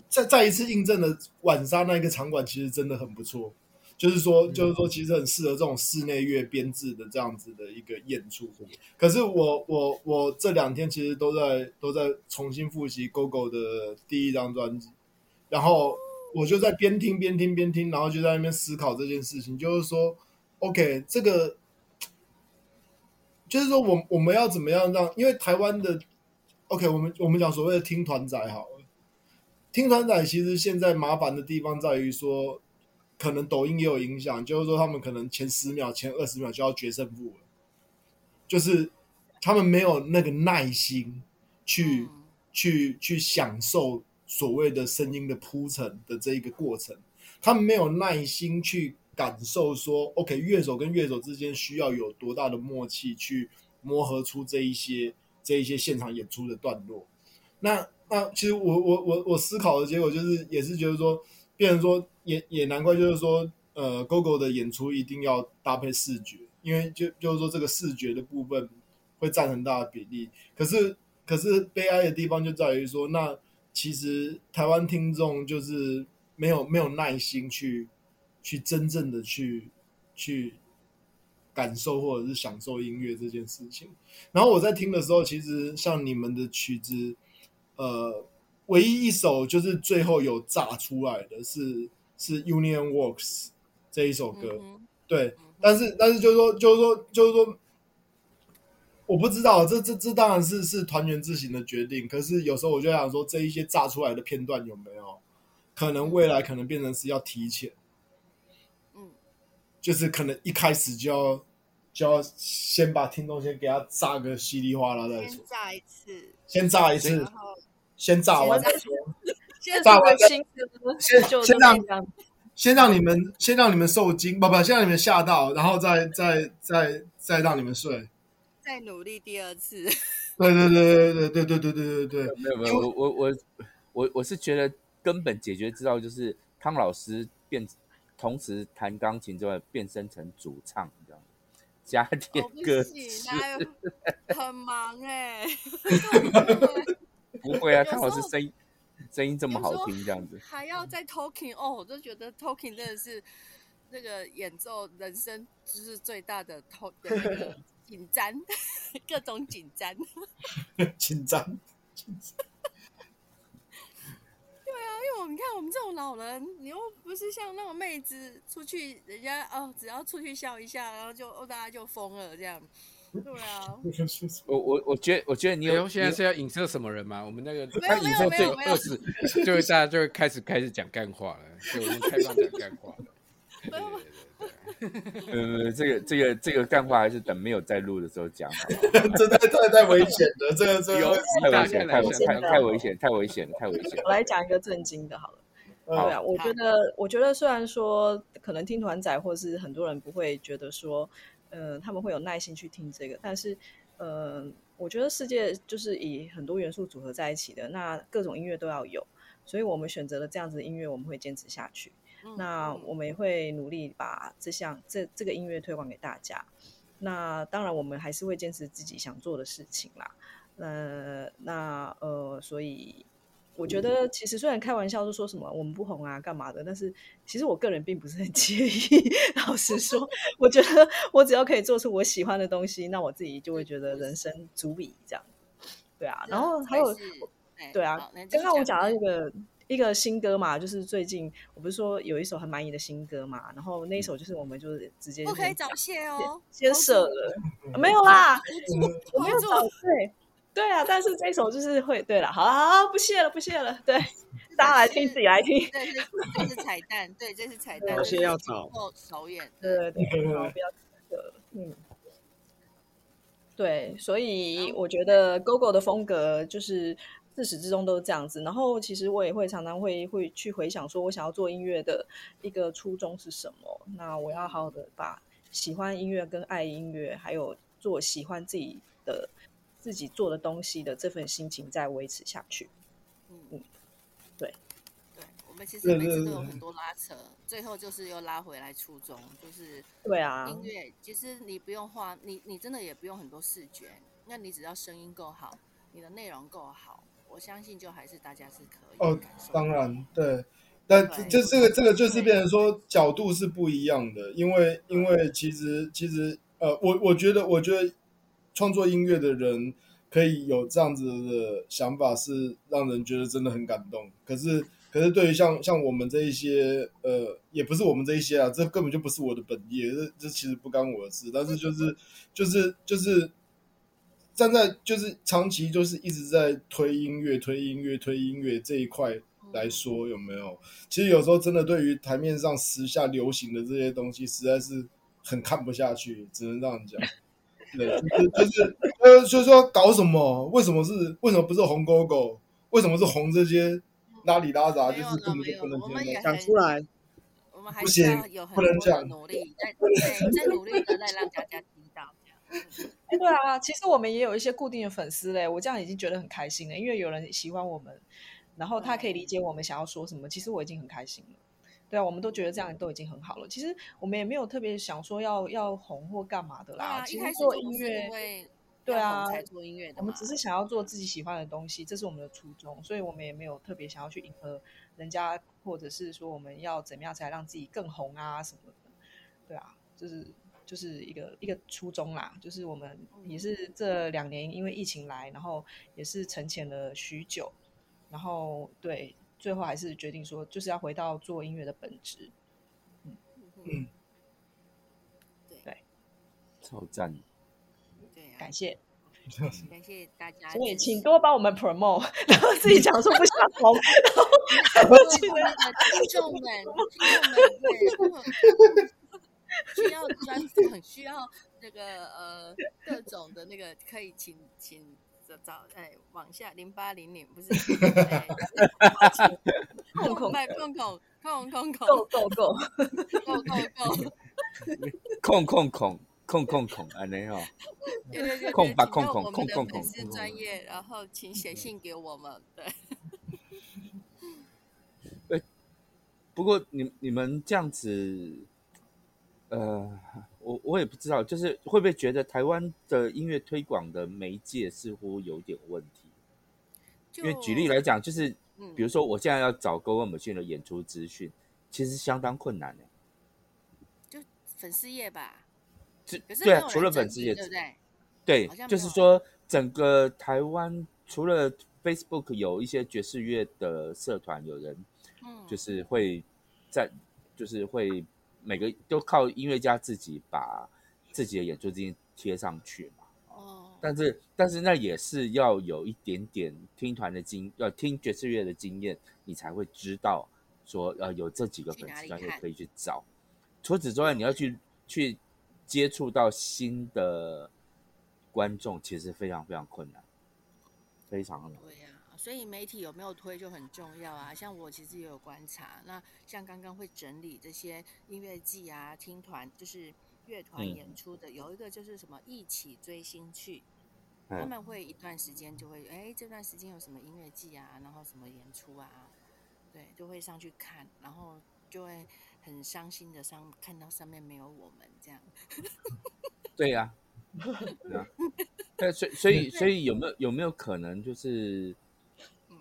Speaker 3: 再再一次印证了晚沙那个场馆其实真的很不错，就是说
Speaker 1: 嗯
Speaker 3: 就是说其实很适合这种室内乐编制的这样子的一个演出。可是我我我这两天其实都在都在重新复习 GoGo 的第一张专辑，然后我就在边听边听边听，然后就在那边思考这件事情，就是说，OK，这个就是说我我们要怎么样让，因为台湾的 OK，我们我们讲所谓的听团仔好了，听团仔其实现在麻烦的地方在于说，可能抖音也有影响，就是说他们可能前十秒、前二十秒就要决胜负了，就是他们没有那个耐心去。
Speaker 5: 嗯
Speaker 3: 去去享受所谓的声音的铺陈的这一个过程，他们没有耐心去感受说，OK，乐手跟乐手之间需要有多大的默契去磨合出这一些这一些现场演出的段落。那那其实我我我我思考的结果就是，也是觉得说，变成说也也难怪，就是说，呃，GoGo 的演出一定要搭配视觉，因为就就是说这个视觉的部分会占很大的比例。可是可是悲哀的地方就在于说，那其实台湾听众就是没有没有耐心去去真正的去去感受或者是享受音乐这件事情。然后我在听的时候，其实像你们的曲子，呃，唯一一首就是最后有炸出来的是是 Union Works 这一首歌，
Speaker 5: 嗯哼
Speaker 3: 对，
Speaker 5: 嗯哼
Speaker 3: 但是但是就是说就是说就是说，我不知道这这这当然是是团员自行的决定，可是有时候我就想说，这一些炸出来的片段有没有可能未来可能变成是要提前，
Speaker 5: 嗯，
Speaker 3: 就是可能一开始就要就要先把听众先给他炸个稀里哗啦再说
Speaker 5: 先，炸一次，
Speaker 3: 先炸一次
Speaker 5: 然，后
Speaker 3: 先炸完
Speaker 5: 先
Speaker 3: 再
Speaker 5: 炸
Speaker 3: 说，
Speaker 6: 现
Speaker 3: 炸完再
Speaker 6: 新歌
Speaker 3: 先
Speaker 6: 就
Speaker 3: 先
Speaker 6: 都
Speaker 3: 让
Speaker 6: 这样
Speaker 3: 先让你们先让你们受惊，不不，先让你们吓到，然后再再再再让你们睡。
Speaker 5: 再努力第二次。
Speaker 3: 对对对对对对对对对对对，
Speaker 2: 没有没有，我我我我我是觉得根本解决之道就是汤老师变同时弹钢琴之外变身成主唱这样，加点
Speaker 5: (laughs) 哦，不
Speaker 2: 歌
Speaker 5: 行
Speaker 2: 词。
Speaker 5: 啊，很忙哎、
Speaker 2: 不会啊，
Speaker 5: 有时
Speaker 2: 汤
Speaker 5: 候
Speaker 2: 老师声音声音这么好听这样子。
Speaker 5: 还要再 talking 哦，我就觉得 talking 真的是那个演奏人生就是最大的 t 的那
Speaker 6: (laughs)
Speaker 5: 个紧张，各种紧张。
Speaker 3: (laughs) 紧张。
Speaker 5: 因为我们看我们这种老人，你又不是像那种妹子出去，人家哦只要出去笑一下，然后就哦大家就疯了这样。对啊，
Speaker 3: 那个是什
Speaker 2: 我
Speaker 3: 么
Speaker 2: 我我觉得我觉得你
Speaker 1: 哎
Speaker 2: 有
Speaker 1: 呦，现在
Speaker 2: 你
Speaker 1: 是要影射什么人吗？我们那个
Speaker 5: 没
Speaker 1: 他
Speaker 5: 有没
Speaker 1: 影
Speaker 5: 有
Speaker 1: 射
Speaker 5: 没
Speaker 1: 最
Speaker 5: 有没有
Speaker 1: 二次，就会大家就会开始开始讲干话了，就我们开放讲干话了。对对对对
Speaker 2: 呃这个这个这个干话还是等没有再录的时候讲好了，
Speaker 7: (laughs) 真的太太危险了，这个这
Speaker 1: 有
Speaker 7: 个
Speaker 2: 太
Speaker 1: 大家
Speaker 2: 危险太
Speaker 1: 来
Speaker 2: 危
Speaker 1: 想
Speaker 2: 险太
Speaker 1: 看
Speaker 2: 太危险太危险太危险。
Speaker 6: 我来讲一个震惊的好了。
Speaker 3: 好
Speaker 6: 对啊，我
Speaker 5: 好
Speaker 6: 觉得，我觉得虽然说可能听团仔或是很多人不会觉得说，呃，他们会有耐心去听这个，但是，呃，我觉得世界就是以很多元素组合在一起的，那各种音乐都要有，所以我们选择了这样子的音乐，我们会坚持下去。
Speaker 5: 嗯
Speaker 6: 那
Speaker 5: 嗯
Speaker 6: 我们也会努力把这项这这个音乐推广给大家。那当然，我们还是会坚持自己想做的事情啦。呃，那呃，所以我觉得，其实虽然开玩笑是说什么我们不红啊，干嘛的，但是其实我个人并不是很介意。 (laughs) 老实说，我觉得我只要可以做出我喜欢的东西，那我自己就会觉得人生足矣这样。对啊，然后
Speaker 5: 这
Speaker 6: 还有
Speaker 5: 才是哎
Speaker 6: 对啊
Speaker 5: 好那你继
Speaker 6: 刚
Speaker 5: 续
Speaker 6: 刚我讲到一个一个新歌嘛，就是最近我不是说有一首很满意的新歌嘛，然后那一首就是我们就是直接
Speaker 5: 不可以
Speaker 6: 先
Speaker 5: 早泄哦，
Speaker 6: 先
Speaker 5: 投诉
Speaker 6: 舍了，啊没有啦，我
Speaker 5: 投
Speaker 6: 没有
Speaker 5: 诉
Speaker 6: 找对对啊，但是这一首就是会对了，好啦好啦不谢了不谢了，对，大家来听自己来听，
Speaker 5: 这是这是彩蛋，对，这是彩蛋，
Speaker 6: 对
Speaker 5: 这
Speaker 6: 而
Speaker 5: 是
Speaker 4: 且要找
Speaker 5: 后首演，
Speaker 6: 对对对，
Speaker 3: 对对
Speaker 6: 好不要这个嗯。对，所以我觉得 GoGo 的风格就是自始至终都是这样子。然后其实我也会常常会会去回想，说我想要做音乐的一个初衷是什么。那我要好好的把喜欢音乐、跟爱音乐，还有做喜欢自己的自己做的东西的这份心情再维持下去。
Speaker 5: 嗯
Speaker 6: 嗯，对，
Speaker 5: 对，我们其实
Speaker 3: 对
Speaker 5: 每
Speaker 3: 对
Speaker 5: 次
Speaker 3: 对
Speaker 5: 都有
Speaker 3: 对
Speaker 5: 很多拉扯，最后就是又拉回来初衷，就是
Speaker 6: 对啊，
Speaker 5: 音乐。其实你不用画，你你真的也不用很多视觉，那你只要声音够好，你的内容够好，我相信就还是大家是可以
Speaker 3: 哦
Speaker 5: 感受
Speaker 3: 当
Speaker 5: 到
Speaker 3: 然，对，但
Speaker 5: 对
Speaker 3: 这这个这个就是
Speaker 5: 对
Speaker 3: 变成说角度是不一样的，因为因为其实其实呃，我我觉得我觉得创作音乐的人可以有这样子的想法，是让人觉得真的很感动。可是可是对于像像我们这一些呃，也不是我们这一些啊，这根本就不是我的本业，这这其实不干我的事。但是就是就是就是站在就是长期就是一直在推音乐、推音乐、推音乐这一块
Speaker 5: 嗯
Speaker 3: 来说，有没有？其实有时候真的对于台面上时下流行的这些东西，实在是很看不下去，只能这样讲。对，就是就是呃，就是说搞什么？为什么是为什么不是红狗狗？为什么是红这些拉里拉杂？
Speaker 5: 没
Speaker 3: 啊就
Speaker 5: 有
Speaker 3: 是
Speaker 5: 了
Speaker 3: 根本
Speaker 5: 没
Speaker 3: 就
Speaker 5: 有
Speaker 3: 不
Speaker 5: 了，
Speaker 3: 能
Speaker 5: 我
Speaker 3: 听
Speaker 5: 们也
Speaker 3: 的。
Speaker 4: 讲
Speaker 5: 很
Speaker 4: 出来，
Speaker 5: 我们还
Speaker 3: 不
Speaker 5: 是
Speaker 3: 行
Speaker 5: 要有很
Speaker 3: 不
Speaker 5: 多
Speaker 3: 能
Speaker 5: 的
Speaker 3: 讲
Speaker 5: 努力，在对，在努力的在让大家听到这样。
Speaker 6: (laughs) 对啊，其实我们也有一些固定的粉丝嘞，我这样已经觉得很开心了，因为有人喜欢我们，然后他可以理解我们想要说什么，其实我已经很开心了。对啊，我们都觉得这样都已经很好了。其实我们也没有特别想说要要红或干嘛的
Speaker 5: 对
Speaker 6: 啦。
Speaker 5: 啊，
Speaker 6: 其
Speaker 5: 一
Speaker 6: 实
Speaker 5: 开始
Speaker 6: 做
Speaker 5: 就不
Speaker 6: 音
Speaker 5: 是
Speaker 6: 乐
Speaker 5: 因，为
Speaker 6: 对
Speaker 5: 要红
Speaker 6: 啊
Speaker 5: 才做音乐的
Speaker 6: 我们
Speaker 5: 嘛
Speaker 6: 只是想要做自己喜欢的东西，这是我们的初衷，所以我们也没有特别想要去迎合人家，或者是说我们要怎么样才让自己更红啊什么的。对啊，就是就是一个一个初衷啦，就是我们也是这两年因为疫情来，然后也是沉潜了许久，然后对，最后还是决定说就是要回到做音乐的本质。
Speaker 5: 嗯
Speaker 3: 嗯，
Speaker 2: 超赞，
Speaker 5: 对啊
Speaker 6: 感，谢，
Speaker 5: 感谢大家支持。
Speaker 6: 所以请多帮我们 promote，然后自己讲说不想 (laughs) 红，然后还
Speaker 5: 各
Speaker 6: 要
Speaker 5: 位
Speaker 6: 记得
Speaker 5: 那个呃听众们，听众们对，需要专注，很需要那个呃各种的那个可以请请找找哎往下零八零零不是哎
Speaker 2: (laughs)
Speaker 6: 控控
Speaker 5: 哎空空空空空
Speaker 6: 够够够，
Speaker 5: 够够够，
Speaker 2: 控控控控控控，安尼吼，
Speaker 5: 对对对，
Speaker 2: 控吧
Speaker 5: 请到
Speaker 2: 控控
Speaker 5: 我们的
Speaker 2: 控控
Speaker 5: 粉
Speaker 2: 控
Speaker 5: 丝
Speaker 2: 控
Speaker 5: 专业，然后请写信给我们，对，
Speaker 2: 不过你你们这样子，呃，我我也不知道，就是会不会觉得台湾的音乐推广的媒介似乎有点问题？因为举例来讲，就是
Speaker 5: 嗯
Speaker 2: 比如说我现在要找 g o o g 的演出资讯，其实相当困难的、欸
Speaker 5: 就粉丝页吧，
Speaker 2: 这
Speaker 5: 可是
Speaker 2: 对
Speaker 5: 没
Speaker 2: 啊
Speaker 5: 有，
Speaker 2: 除
Speaker 5: 人
Speaker 2: 了粉
Speaker 5: 整
Speaker 2: 丝
Speaker 5: 理
Speaker 2: 也
Speaker 5: 对不对？
Speaker 2: 对
Speaker 5: 好像，
Speaker 2: 就
Speaker 5: 没
Speaker 2: 是
Speaker 5: 有
Speaker 2: 说整个台湾除了 Facebook 有一些爵士乐的社团，有人
Speaker 5: 嗯，
Speaker 2: 就是会在，就是会每个都靠音乐家自己把自己的演出资金贴上去嘛。
Speaker 5: 哦
Speaker 2: 但是但是那也是要有一点点听团的经，要听爵士乐的经验，你才会知道说呃有这几个
Speaker 5: 去
Speaker 2: 粉
Speaker 5: 哪
Speaker 2: 丝
Speaker 5: 里
Speaker 2: 专业
Speaker 5: 看
Speaker 2: 可以去找。除此之外，你要去去接触到新的观众，其实非常非常困难，非常难。
Speaker 5: 对呀、所以媒体有没有推就很重要啊。像我其实也有观察，那像刚刚会整理这些音乐季啊、听团，就是乐团
Speaker 2: 嗯
Speaker 5: 演出的，有一个就是什么一起追星去，
Speaker 2: 嗯
Speaker 5: 他们会一段时间就会，哎，这段时间有什么音乐季啊，然后什么演出啊，对，就会上去看，然后就会很伤心的上看到上面没有我们这样。
Speaker 2: 对呀、
Speaker 5: (laughs)
Speaker 2: 对啊。但所以所以所以有没有有没有可能就是，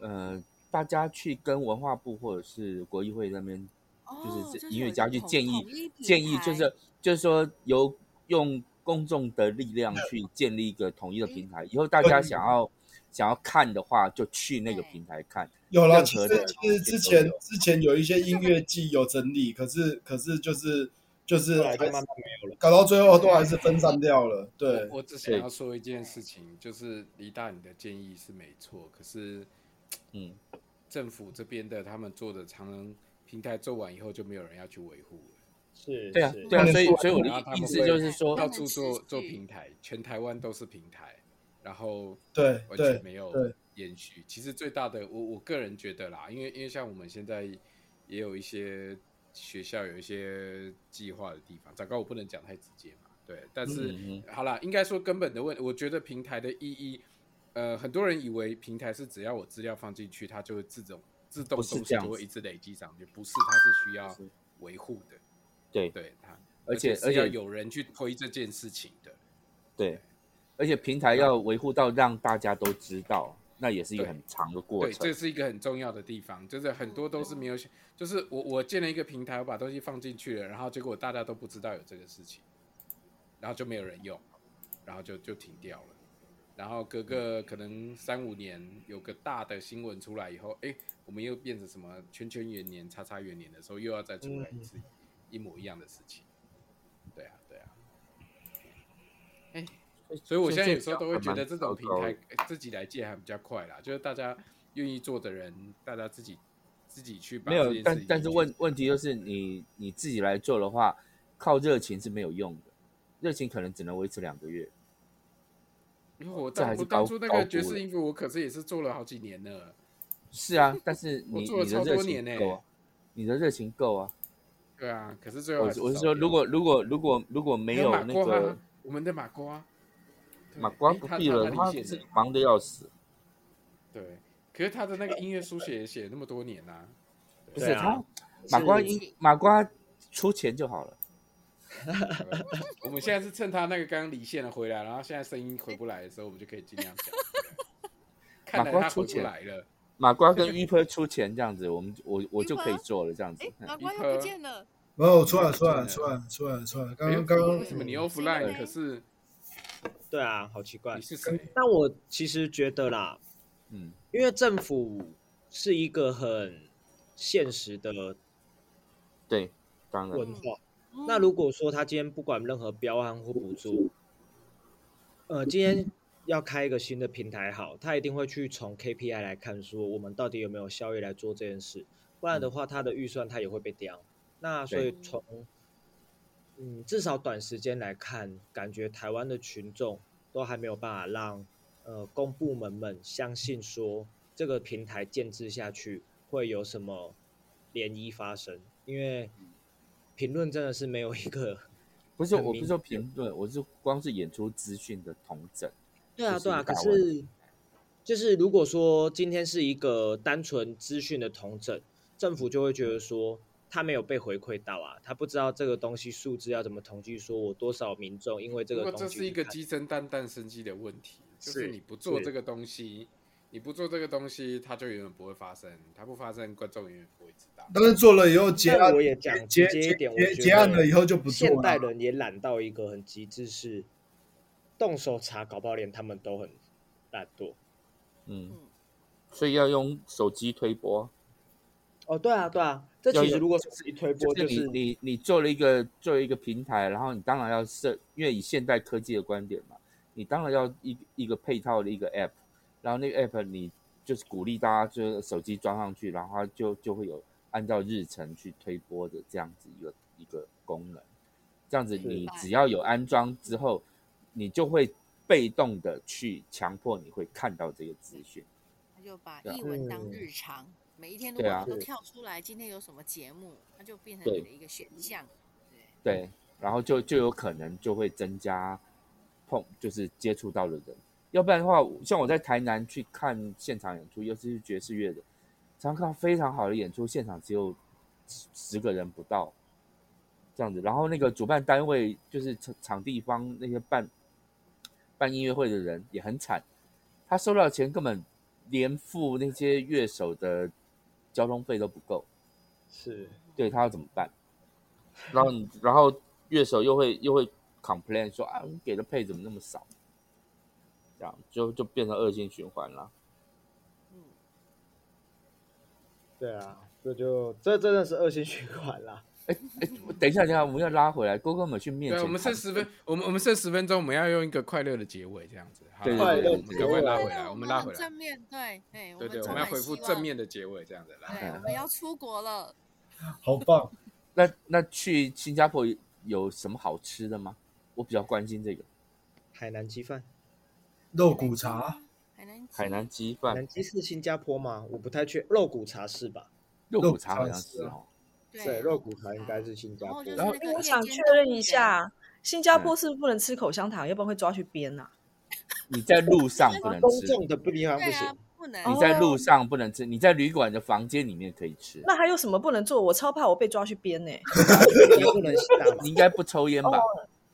Speaker 2: 呃，大家去跟文化部或者是国议会那边，
Speaker 5: 哦，
Speaker 2: 就是这
Speaker 5: 这是
Speaker 2: 音
Speaker 5: 有
Speaker 2: 乐
Speaker 5: 一
Speaker 2: 家
Speaker 5: 个
Speaker 2: 去
Speaker 5: 统
Speaker 2: 建议
Speaker 5: 统一品
Speaker 2: 建议就
Speaker 5: 牌
Speaker 2: 是就是说由用公众的力量去建立一个统一的平台，以后大家想要想要看的话，就去那个
Speaker 5: 对
Speaker 2: 平台看。
Speaker 3: 有啦，
Speaker 2: 任
Speaker 3: 其
Speaker 2: 何
Speaker 3: 实
Speaker 2: 的
Speaker 3: 其实之
Speaker 2: 都
Speaker 3: 前
Speaker 2: 有
Speaker 3: 之前有一些音乐季有整理，可是可是就是就是
Speaker 4: 后来啊就
Speaker 3: 还
Speaker 4: 慢
Speaker 3: 是
Speaker 4: 慢没有了。
Speaker 3: 搞到最后都还是分散掉了。对，
Speaker 1: 我我只想
Speaker 2: 对
Speaker 1: 要说一件事情，就是李大你的建议是没错，可是
Speaker 2: 嗯，
Speaker 1: 政府这边的他们做的长能平台做完以后，就没有人要去维护了，
Speaker 4: 是，
Speaker 2: 对啊
Speaker 4: 是
Speaker 2: 对啊，所以
Speaker 3: 嗯
Speaker 2: 所以我
Speaker 1: 然后
Speaker 2: 的
Speaker 1: 他
Speaker 2: 意
Speaker 1: 们
Speaker 2: 思
Speaker 1: 会
Speaker 2: 就是说，
Speaker 1: 到处做
Speaker 5: 持
Speaker 1: 做
Speaker 5: 续
Speaker 1: 平台，全台湾都是平台，然后
Speaker 3: 对
Speaker 1: 完
Speaker 3: 对
Speaker 1: 全没有
Speaker 3: 对
Speaker 1: 延续。其实最大的，我我个人觉得啦，因为因为像我们现在也有一些学校有一些计划的地方，糟糕，我不能讲太直接嘛，对。但是、
Speaker 2: 嗯
Speaker 1: 好啦，应该说根本的问，我觉得平台的意义，呃，很多人以为平台是只要我资料放进去，它就会自动自动
Speaker 2: 不是
Speaker 1: 东
Speaker 2: 这
Speaker 1: 西
Speaker 2: 样
Speaker 1: 就
Speaker 2: 子
Speaker 1: 会一直累积上去，不是，它是需要
Speaker 2: 不是
Speaker 1: 维护的，
Speaker 2: 对
Speaker 1: 对它，
Speaker 2: 而且
Speaker 1: 是
Speaker 2: 而且
Speaker 1: 要有人去推这件事情的。
Speaker 2: 对，而且平台要维护到让大家都知道，那也是一个
Speaker 1: 对
Speaker 2: 很长的过
Speaker 1: 对，
Speaker 2: 程
Speaker 1: 这。是一个很重要的地方，就是很多都是没有想，就是我我建了一个平台，我把东西放进去了，然后结果大家都不知道有这个事情，然后就没有人用，然后就就停掉了，然后隔
Speaker 2: 嗯
Speaker 1: 个可能三五年有个大的新闻出来以后，哎，我们又变成什么圈圈元年、叉叉元年的时候，又要再出来
Speaker 2: 嗯
Speaker 1: 一次一模一样的事情，对啊，对啊，所以我现在有时候都会觉得这种平台呃自己来借还比较快啦，就是大家愿意做的人，大家自己自己去把
Speaker 2: 没
Speaker 1: 这
Speaker 2: 有，
Speaker 1: 件事
Speaker 2: 但
Speaker 1: 情
Speaker 2: 但是
Speaker 1: 去
Speaker 2: 问问题就是你你自己来做的话，靠热情是没有用的，热情可能只能维持两个月。
Speaker 1: 因为我
Speaker 2: 这
Speaker 1: 当
Speaker 2: 还是
Speaker 1: 我
Speaker 2: 高
Speaker 1: 当初那
Speaker 2: 高
Speaker 1: 个
Speaker 2: 估
Speaker 1: 爵士
Speaker 2: 了
Speaker 1: 音符，我可是也是做了好几年了，
Speaker 2: 是啊，但是
Speaker 1: (laughs) 我
Speaker 2: 你
Speaker 1: 做了
Speaker 2: 你的
Speaker 1: 超
Speaker 2: 热
Speaker 1: 多年
Speaker 2: 情
Speaker 1: 欸
Speaker 2: 够啊，你的热情够啊。
Speaker 1: 对啊，可是最后
Speaker 2: 我
Speaker 1: 还
Speaker 2: 是
Speaker 1: 是
Speaker 2: 我是
Speaker 1: 烧
Speaker 2: 说，
Speaker 1: 掉
Speaker 2: 如果如果如果如果没
Speaker 1: 还有
Speaker 2: 有
Speaker 1: 马
Speaker 2: 那
Speaker 1: 瓜啊
Speaker 2: 个
Speaker 1: 我们的马瓜，对
Speaker 2: 马瓜
Speaker 1: 诶
Speaker 2: 不
Speaker 1: 他
Speaker 2: 必了，
Speaker 1: 他
Speaker 2: 他
Speaker 1: 离线
Speaker 2: 自己
Speaker 1: 了
Speaker 2: 忙得要死，
Speaker 1: 对，可是他的那个音乐书写也写了那么多年呐、
Speaker 2: 不
Speaker 4: 对
Speaker 2: 是
Speaker 4: 啊
Speaker 2: 他马瓜
Speaker 5: 是
Speaker 2: 一马瓜出钱就好了。
Speaker 1: 对吧我们现在是趁他那个刚刚离线了回来，然后现在声音回不来的时候，我们就可以尽量讲。啊看
Speaker 2: 马
Speaker 1: 来
Speaker 2: 瓜
Speaker 1: 他
Speaker 2: 出
Speaker 1: 回不
Speaker 2: 钱
Speaker 1: 来了。
Speaker 2: 马瓜跟 u p e 出钱这样子，我们我我就可以做了这样子。嗯
Speaker 5: 哎，马
Speaker 1: 一
Speaker 5: 瓜又
Speaker 1: 颗
Speaker 5: 不见了，
Speaker 3: 没有出来出来出来出来出来，刚
Speaker 1: 哎
Speaker 3: 刚刚刚
Speaker 1: 为什么你
Speaker 5: 又
Speaker 1: offline？
Speaker 5: 谁
Speaker 1: 可是
Speaker 4: 嗯对啊，好奇怪
Speaker 1: 你。是谁？
Speaker 4: 但我其实觉得啦，
Speaker 2: 嗯，
Speaker 4: 因为政府是一个很现实的
Speaker 2: 对，当然
Speaker 4: 文化。
Speaker 5: 嗯
Speaker 4: 嗯那如果说他今天不管任何标案或补助，呃，今天要开一个新的平台，好，他一定会去从 KPI 来看，说我们到底有没有效益来做这件事，不然的话，他的预算他也会被掉。那所以
Speaker 5: 对
Speaker 4: 从嗯，至少短时间来看，感觉台湾的群众都还没有办法让呃公部门们相信说这个平台建制下去会有什么涟漪发生，因为评论真的是没有一个
Speaker 2: 不是
Speaker 4: 很
Speaker 2: 我不
Speaker 4: 明
Speaker 2: 是说评论，我是光是演出资讯的统整。
Speaker 4: 对
Speaker 2: 这
Speaker 4: 啊，
Speaker 2: 是
Speaker 4: 对
Speaker 2: 一
Speaker 4: 啊。
Speaker 2: 个
Speaker 4: 可
Speaker 2: 大问
Speaker 4: 是，就是如果说今天是一个单纯资讯的统整，政府就会觉得说他没有被回馈到啊，他不知道这个东西数字要怎么统计，说我多少民众因为这
Speaker 1: 不
Speaker 4: 个
Speaker 1: 过
Speaker 4: 东西
Speaker 1: 这是一个
Speaker 4: 去看
Speaker 1: 鸡生蛋，蛋生鸡的问题，就是
Speaker 4: 是
Speaker 1: 你不做
Speaker 4: 是
Speaker 1: 这个东西，你不做这个东西，它就永远不会发生，它不发生，观众永远不会知道。
Speaker 3: 但是做了以后结
Speaker 4: 但
Speaker 3: 案
Speaker 4: 我也讲
Speaker 3: 结
Speaker 4: 直接一
Speaker 3: 结
Speaker 4: 点我
Speaker 3: 结
Speaker 4: 觉
Speaker 3: 结案
Speaker 4: 得
Speaker 3: 了以后就不
Speaker 2: 啊
Speaker 3: 做
Speaker 4: 现代
Speaker 3: 了。
Speaker 4: 人也懒到一个很极致，是动手查，搞不好连他们都很懒惰。
Speaker 2: 嗯
Speaker 5: 嗯，
Speaker 2: 所以要用手机推播。
Speaker 4: 哦，对啊，对啊，这
Speaker 2: 要
Speaker 4: 其实
Speaker 2: 有
Speaker 4: 如果是一推播，
Speaker 2: 就
Speaker 4: 就是是
Speaker 2: 你你你做了一个做了一个平台，然后你当然要设，因为以现代科技的观点嘛，你当然要一一个配套的一个 app，然后那个 app 你就是鼓励大家就是手机装上去，然后它就就会有按照日程去推播的这样子一个一个功能。这样子你只要有安装之后，你就会被动的去强迫你会看到这个资讯。
Speaker 5: 他就把
Speaker 2: 对啊
Speaker 5: 译文当
Speaker 4: 嗯
Speaker 5: 日常，每一天如
Speaker 2: 对
Speaker 5: 果
Speaker 2: 啊
Speaker 5: 都
Speaker 4: 是
Speaker 5: 跳出来今天有什么节目，它就变成
Speaker 2: 对
Speaker 5: 你的一个选项。对，
Speaker 2: 对，然后就就有可能就会增加碰，就是接触到的人。要不然的话，像我在台南去看现场演出，尤其是爵士乐的，常看到非常好的演出，现场只有十十个人不到，这样子。然后那个主办单位就是场场地方那些办办音乐会的人也很惨，他收到的钱根本连付那些乐手的交通费都不够。
Speaker 4: 是
Speaker 2: 对他要怎么办？然后你，然后乐手又会又会 complain 说啊，你给的配怎么那么少？这样就就变成恶性循环了。
Speaker 5: 嗯，
Speaker 4: 对啊，这就这真的是恶性循环啦。
Speaker 2: 哎，等一下，等一下，我们要拉回来 Google 们去面
Speaker 1: 对
Speaker 2: 前
Speaker 1: 啊，
Speaker 2: 谈。
Speaker 1: 我们剩十分，我们我们剩十分钟，我们要用一个快乐的结尾这样子。好
Speaker 2: 对
Speaker 1: 我
Speaker 4: 对对
Speaker 1: 们赶快拉
Speaker 5: 对
Speaker 1: 回来，
Speaker 5: 啊
Speaker 1: 我们
Speaker 5: 们
Speaker 1: 拉
Speaker 5: 很
Speaker 1: 回来
Speaker 5: 正。面对，哎，
Speaker 1: 对对，我
Speaker 5: 充
Speaker 1: 们要
Speaker 5: 满
Speaker 1: 回复
Speaker 5: 希
Speaker 1: 正
Speaker 5: 望。
Speaker 1: 面的结尾这样子。来，
Speaker 5: 对，我们要出国了。
Speaker 3: 好棒！
Speaker 2: 那那去新加坡有什么好吃的吗？我比较关心这个
Speaker 4: 海南鸡饭，
Speaker 3: 肉骨茶，
Speaker 5: 海南鸡
Speaker 2: 海南鸡
Speaker 4: 海
Speaker 2: 饭
Speaker 4: 南、鸡是新加坡吗？我不太确，肉骨茶是吧？
Speaker 2: 肉
Speaker 3: 肉
Speaker 2: 骨
Speaker 3: 骨
Speaker 2: 茶
Speaker 3: 茶
Speaker 2: 好像
Speaker 3: 是
Speaker 2: 是
Speaker 3: 啊
Speaker 2: 哦。
Speaker 4: 对，肉骨茶应该是新加
Speaker 5: 然
Speaker 4: 坡
Speaker 5: 后。就是
Speaker 2: 然
Speaker 5: 那
Speaker 2: 后
Speaker 5: 个
Speaker 6: 我
Speaker 5: 夜
Speaker 6: 想
Speaker 5: 间
Speaker 6: 确
Speaker 5: 动
Speaker 6: 认
Speaker 5: 物
Speaker 6: 一
Speaker 5: 园，
Speaker 6: 下，新加
Speaker 2: 嗯
Speaker 6: 坡是不是不能吃口香糖，要不然会抓去啊鞭呐、
Speaker 2: 你在路上不能
Speaker 4: 公
Speaker 2: 吃，
Speaker 4: 众哦的不地方不
Speaker 5: 对
Speaker 4: 行
Speaker 5: 啊，，不能
Speaker 2: 你在路上不能吃，你在旅馆的房间里面可以吃。
Speaker 6: 那还有什么不能做？我超怕我被抓去鞭呢、
Speaker 4: (laughs) 也不能打
Speaker 2: 你应该不抽烟吧？